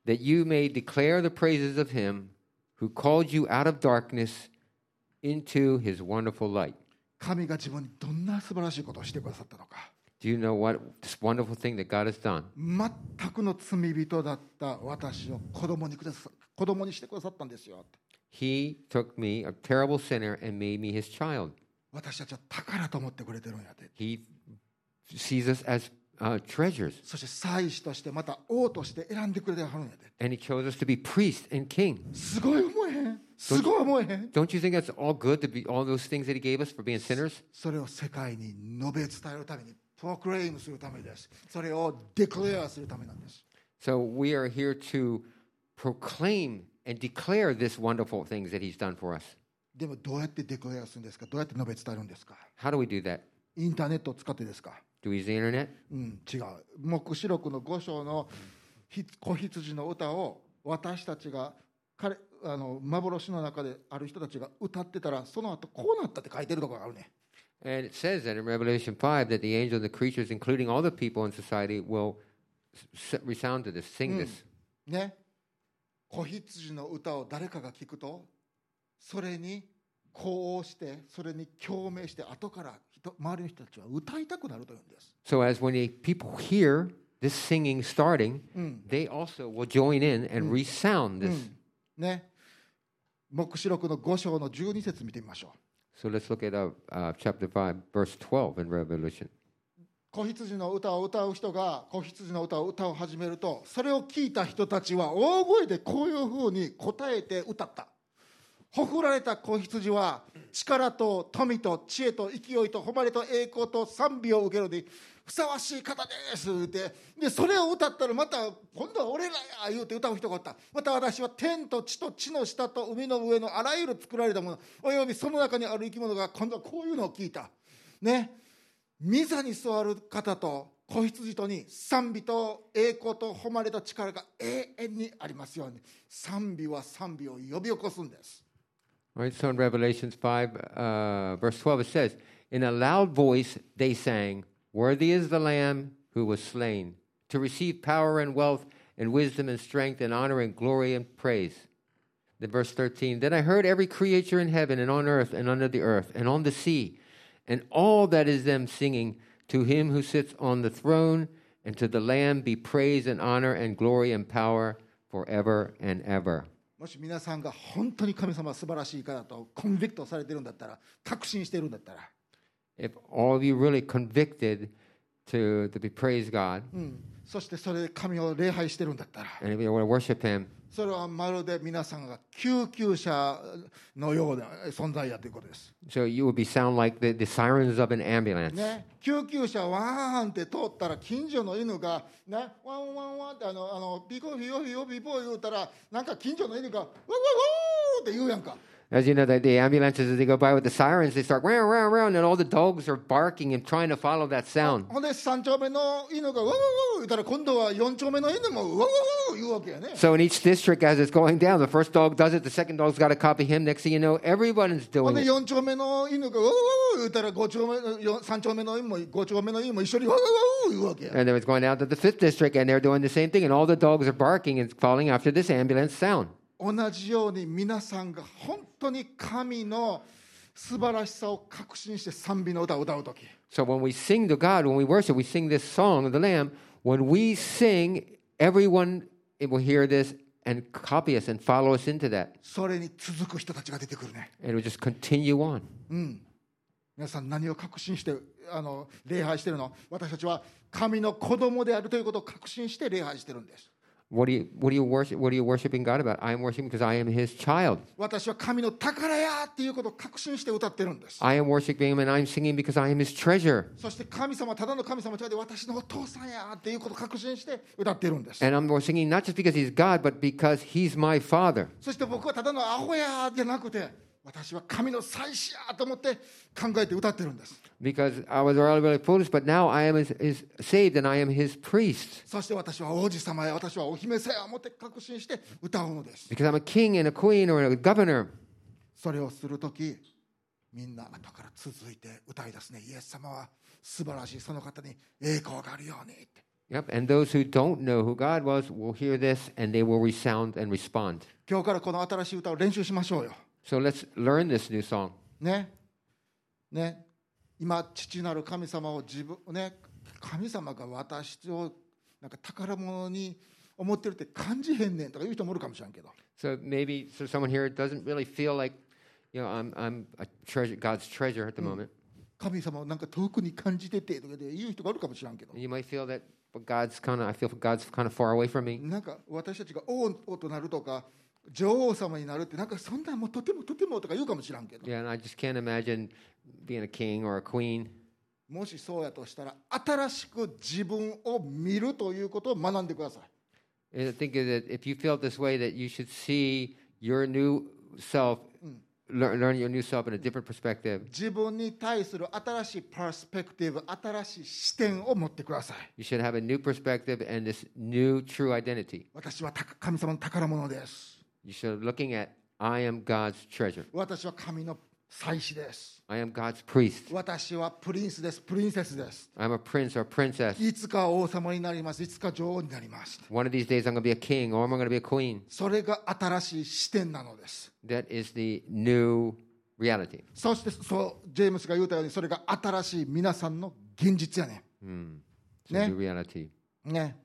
Speaker 2: that you may declare the praises of him who called you out of darkness into his wonderful light.
Speaker 1: 神が自分にどんな素晴らしいことをしてくださったのか。
Speaker 2: Do you know what this wonderful thing that God has done?
Speaker 1: 全くの罪人だった私を子供にくださ子供にしてくださったんですよ。
Speaker 2: He took me, a terrible sinner, and made me his child.
Speaker 1: 私たちは宝と思ってくれてるんやで。
Speaker 2: He sees us as uh, treasures,
Speaker 1: そして祭司としてまた王として選んでくれてはるんやで。
Speaker 2: and He chose us to be priest and king.
Speaker 1: すごい思えへん。すごい思えへん。
Speaker 2: Don't you think that's all good to be all those things that He gave us for being sinners?
Speaker 1: それを世界に述べ伝えるために、プロクレイムするためです。それをデクレアするためなんです。
Speaker 2: So we are here to proclaim and declare this wonderful things that He's done for us.
Speaker 1: でもどうやってデクレアするんですかどうやって述べ伝えるんですか
Speaker 2: How do we do that?
Speaker 1: インターネットを使ってですか
Speaker 2: Do we use the internet?
Speaker 1: うん、違う。黙示録の5章のひ子羊の歌を私たちが彼あの幻の中である人たちが歌ってたらその後こうなったって書いてるところがあるね。
Speaker 2: And it says that in Revelation 5 that the angels and the creatures, including all the people in society, will s- s- resound to this, sing this.
Speaker 1: ね子羊の歌を誰かが聞くとそれに呼応してそれに共鳴して後から人周りの人たちは歌いたくなるというんです、
Speaker 2: So, as when the people hear this singing starting, they also will join in and resound this.
Speaker 1: Mm. ね、黙示録の5章の12節見てみましょう
Speaker 2: So, let's look at uh, uh, chapter 5, verse 12 in Revelation.
Speaker 1: 子羊の歌を歌う人が子羊の歌を歌を始めるとそれを聞いた人たちは大声でこういうふうに答えて歌ったほふられた子羊は力と富と知恵と勢いと誉れと栄光と賛美を受けるにふさわしい方ですってでそれを歌ったらまた今度は俺らや言うて歌う人がおったまた私は天と地と地の下と海の上のあらゆる作られたものおよびその中にある生き物が今度はこういうのを聞いたね御座に座る方と子羊とに賛美と栄光と誉れと力が永遠にありますように賛美は賛美を呼び起こすんです、
Speaker 2: All right, so in Revelation 5, uh, verse 12, it says, In a loud voice they sang, Worthy is the Lamb who was slain, to receive power and wealth and wisdom and strength and honor and glory and praise. Then verse 13, Then I heard every creature in heaven and on earth and under the earth and on the sea, and all that is them singing, To him who sits on the throne and to the Lamb be praise and honor and glory and power forever and ever.
Speaker 1: もし皆さんが本当に神様は素晴らしい方とコンビクトされてるんだったら確信してるんだったら、
Speaker 2: if all of you really convicted to, to be praise God
Speaker 1: うん、そしてそれで神を礼拝してるんだったら
Speaker 2: and if you want to worship Him,
Speaker 1: それはまるで皆さんが救急車のような存在やということです、
Speaker 2: so you would be sound like the, the sirens of an ambulance.
Speaker 1: ね、救急車ワーンって通ったら近所の犬が、ね、ワンワンワンってあのあのピコピヨピヨピポ言うたらなんか近所の犬がワンワンワンって言うやんか
Speaker 2: As you know, the, the ambulances as they go by with the sirens, they start round, round, round, and all the dogs are barking and trying to follow that sound.
Speaker 1: ほんで3丁目の犬がワンワンワン言うたら今度は4丁目の犬もワンワンワン言うわけやね
Speaker 2: So in each district, as it's going down, the first dog does it, the second dog's got to copy him. Next thing you know, everyone's
Speaker 1: ほん
Speaker 2: doing
Speaker 1: で
Speaker 2: it.
Speaker 1: 4丁目の犬がワンワンワン言うたら5丁目のよ3丁目の犬も5丁目の犬も一緒にワンワンワン言うわけや
Speaker 2: And then it's going down to the fifth district, and they're doing the same thing, and all the dogs are barking and following after this ambulance sound.
Speaker 1: 同じように皆さんが本当に神の素晴らしさを確信して賛美の歌を歌う時
Speaker 2: So when we sing to God, when we worship, we sing this song of the Lamb. When we sing, everyone will hear this and copy us and follow us into that.
Speaker 1: それに続く人たちが出てくるね
Speaker 2: And it will just continue on.
Speaker 1: 皆さん何を確信してあの礼拝してるの私たちは神の子供であるということを確信して礼拝してるんです
Speaker 2: What do you what do you worship what are you worshiping God about? I am worshiping because I am his child.
Speaker 1: 私は神の宝やっていうことを確信して歌ってるんです
Speaker 2: I am worshiping him and I'm singing because I am his treasure.
Speaker 1: そして神様はただの神様じゃなくて私のお父さんやっていうことを確信して歌ってるんです
Speaker 2: And I'm singing not just because he's God, but because he's my father.
Speaker 1: そして僕はただのアホやじゃなくて私は神の祭司やと思って考えて歌ってるんです
Speaker 2: Because I was really, really foolish, but now I am his, his saved and I am his priest.
Speaker 1: そして私は王子様や私はお姫様や思って確信して歌うのです。
Speaker 2: Because I'm a king and a queen or a governor.
Speaker 1: それをするとき、みんな後から続いて歌い出すね。イエス様は素晴らしい、その方に栄光があるようにって。
Speaker 2: Yep, and those who don't know who God was will hear this and they will resound and respond.
Speaker 1: 今日からこの新しい歌を練習しましょうよ。
Speaker 2: So let's learn this new song.
Speaker 1: ね。ね。今、父なる神様を自分、ね、神様が私をなんか宝物に思ってるって感じへんねんとか言う人もおるかもしれんけど。
Speaker 2: So maybe so someone here doesn't really feel like, you know, I'm I'm a treasure, God's treasure at the moment.
Speaker 1: 神様をなんか遠くに感じててとかで言う人がおるかもしれんけど
Speaker 2: And。you might feel that but God's kind of I feel God's kind of far away from me.
Speaker 1: なんか私たちが王となるとか女王様になるってなんかそんなんもうとてもとてもとか言うかもしらんけど
Speaker 2: Yeah, and I just can't imagine being a king or a queen.
Speaker 1: もしそうやとしたら新しく自分を見るということを学んでください
Speaker 2: And I think that if you feel this way, that you should see your new self, learn, learn your new self in a different perspective.
Speaker 1: 自分に対する新しいパースペクティブ新しい視点を持ってください
Speaker 2: You should have a new perspective and this new true identity.
Speaker 1: 私はた神様の宝物です
Speaker 2: You should be looking at I am God's treasure.
Speaker 1: 私は神の祭司です。
Speaker 2: I am God's priest.
Speaker 1: 私はプリンスです。プリンセスです。
Speaker 2: I'm a prince or princess.
Speaker 1: いつか王様になります。いつか女王になります。
Speaker 2: One of these days I'm going to be a king or I'm going to be a queen.
Speaker 1: それが新しい視点なのです。
Speaker 2: That is the new reality.
Speaker 1: そしてそうジェームスが言うたようにそれが新しい皆さんの現実やね
Speaker 2: It's the
Speaker 1: Yeah.
Speaker 2: new reality.
Speaker 1: んね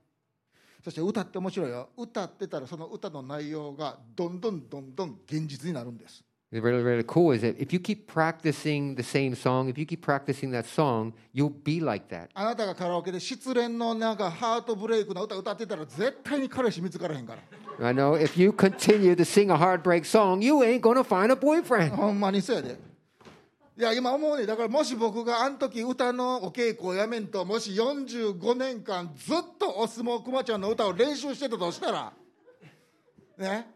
Speaker 1: そして歌って面白いよ歌ってたらその歌の内容がどんどんどんどん現実になるんです
Speaker 2: It's Really, really cool is that if you keep practicing the same song, if you keep practicing that song, you'll be like that.
Speaker 1: あなたがカラオケで失恋のなんかハートブレイクな歌歌ってたら絶対に彼氏見つからへんから
Speaker 2: I know if you continue to sing a heartbreak song, you ain't going to find a boyfriend.
Speaker 1: ほんまにそうやでいや今思うねだからもし僕があの時歌のお稽古をやめんともし45年間ずっとお相撲くまちゃんの歌を練習してたとしたらね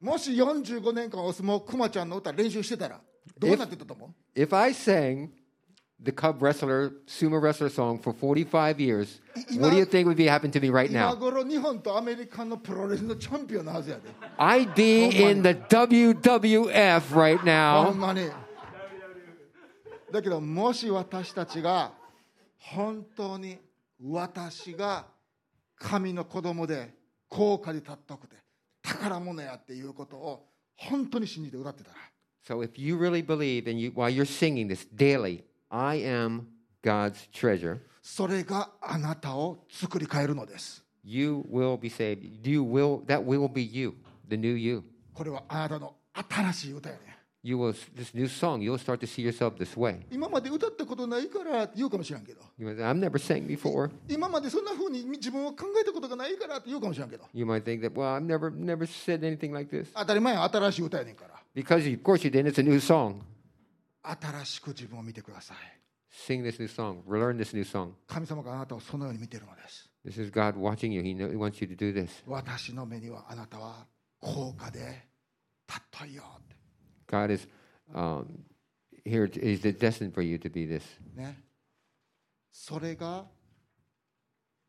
Speaker 1: もし45年間お相撲くまちゃんの歌練習してたらどうなってたと思う
Speaker 2: If I sang the Cub wrestler, sumo wrestler song for 45 years, what do you think would be happening to me right
Speaker 1: 今
Speaker 2: now?
Speaker 1: 頃日本とアメリカのプロレスのチャンピオンのはずやで
Speaker 2: I'd be in the WWF right
Speaker 1: ほ
Speaker 2: now.
Speaker 1: んまにだけどもし私たちが本当に私が神の子供で高価に立っとくて宝物やっていうことを本当に信じて歌ってたら
Speaker 2: So if you really believe and you while you're singing this daily, I am God's treasure,
Speaker 1: それがあなたを作り変えるのです
Speaker 2: you will be saved. You will that will be you, the new you.
Speaker 1: これはあなたの新しい歌やね
Speaker 2: You will this new song, you'll start to see yourself this way.
Speaker 1: 今まで歌ったことないからって言うかもしれんけど
Speaker 2: You might say, I've never sang before.
Speaker 1: 今までそんな風に自分を考えたことがないからって言うかもしれんけど
Speaker 2: You might think that, well, I've never never said anything like this.
Speaker 1: 当たり前や新しい歌やねんから
Speaker 2: Because of course you didn't, it's a new song.
Speaker 1: 新しく自分を見てください
Speaker 2: Sing this new song. Learn this new song.
Speaker 1: 神様があなたをそのように見ているのです。
Speaker 2: This is God watching you. He, know, he wants you to do this.
Speaker 1: 私の目にはあなたは高価で尊いよって、
Speaker 2: God is um, here. He's destined for you to be this.
Speaker 1: ね。それが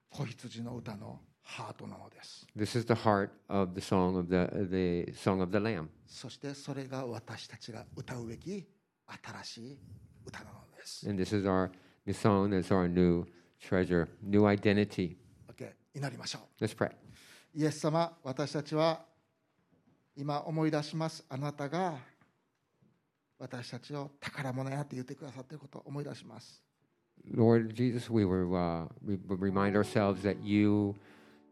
Speaker 1: 子羊の歌のハートなのです。
Speaker 2: This is the heart of the song of the the song of the Lamb.
Speaker 1: そしてそれが私たちが歌うべき新しい歌なのです。
Speaker 2: And this is our new song. That's our new treasure, new identity.
Speaker 1: OK、祈りましょう。
Speaker 2: Let's pray.
Speaker 1: イエス様、私たちは今思い出します。あなたが私たちを宝物やって言ってくださっていることを思い出します。
Speaker 2: Lord Jesus, we were uh, we we remind ourselves that you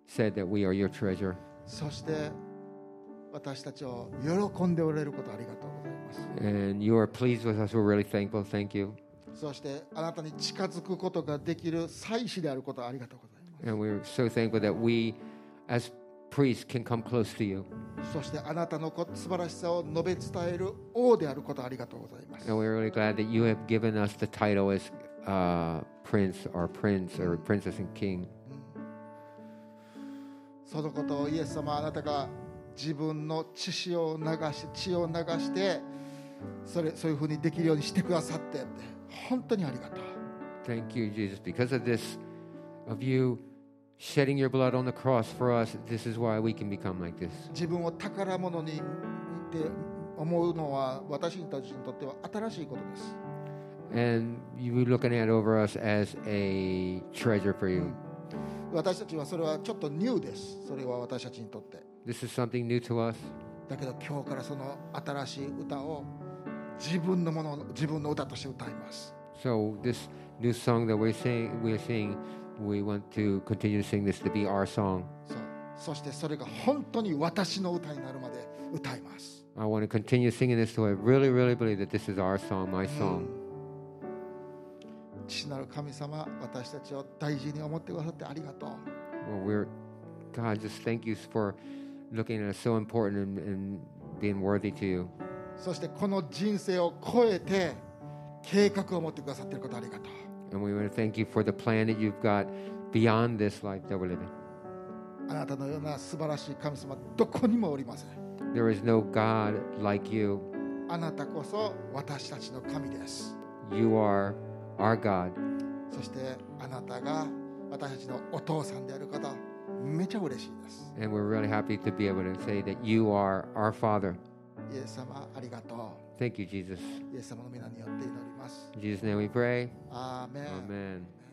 Speaker 2: said that we are your treasure,
Speaker 1: そして私たちを喜んでおられることありがとうございます。
Speaker 2: and you are pleased with us. We're really thankful. Thank you,
Speaker 1: そしてあなたに近づくことができる祭司であることありがとうございま
Speaker 2: and we're so thankful that we, as priests, can come close to you.
Speaker 1: す。そしてあなたのこ素晴らしさを述べ伝える王であることありがとうございます。
Speaker 2: And we're really glad that you have given us the title as uh, prince or prince or princess and king.
Speaker 1: そのことをイエス様あなたが自分の血潮を流し血を流してそれそういうふうにできるようにしてくださってって本当にありがとう。
Speaker 2: Thank you, Jesus. Because of this, of you shedding your blood on the cross for us, this is why we can become like this.
Speaker 1: 自分を宝物にって思うのは私たちにとっては新しいことです。
Speaker 2: And you were looking at over us as a treasure for you.
Speaker 1: 私たちはそれはちょっとニューです。それは私たちにとって。
Speaker 2: This is something new to us.
Speaker 1: だけど今日からその新しい歌を自分のもの自分の歌として歌います。
Speaker 2: So this new song that we're singing, we're singing, we want to continue to sing this to be our song.
Speaker 1: そうそしてそれが本当に私の歌になるまで歌います。
Speaker 2: I want to continue singing this, so I really, really believe that this is our song, my song.
Speaker 1: 父なる神様、私たちを大事に思ってくださってありがとう。
Speaker 2: Well, we're God. Just thank you for looking at us so important and, and being worthy to you.
Speaker 1: そしてこの人生を超えて計画を持ってくださっていることありがとう。
Speaker 2: And we want to thank you for the plan that you've got beyond this life that we're living.
Speaker 1: あなたのような素晴らしい神様、どこにもおりません。
Speaker 2: There is no God like you.
Speaker 1: あなたこそ私たちの神です。
Speaker 2: You are our God,
Speaker 1: そしてあなたが私たちのお父さんであること、めちゃ嬉しいです。
Speaker 2: and we're really happy to be able to say that you are our Father.
Speaker 1: イエス様、ありがとう。
Speaker 2: Thank you, Jesus.
Speaker 1: イエス様の皆によって祈ります。
Speaker 2: In Jesus' name we pray.
Speaker 1: アーメン
Speaker 2: Amen.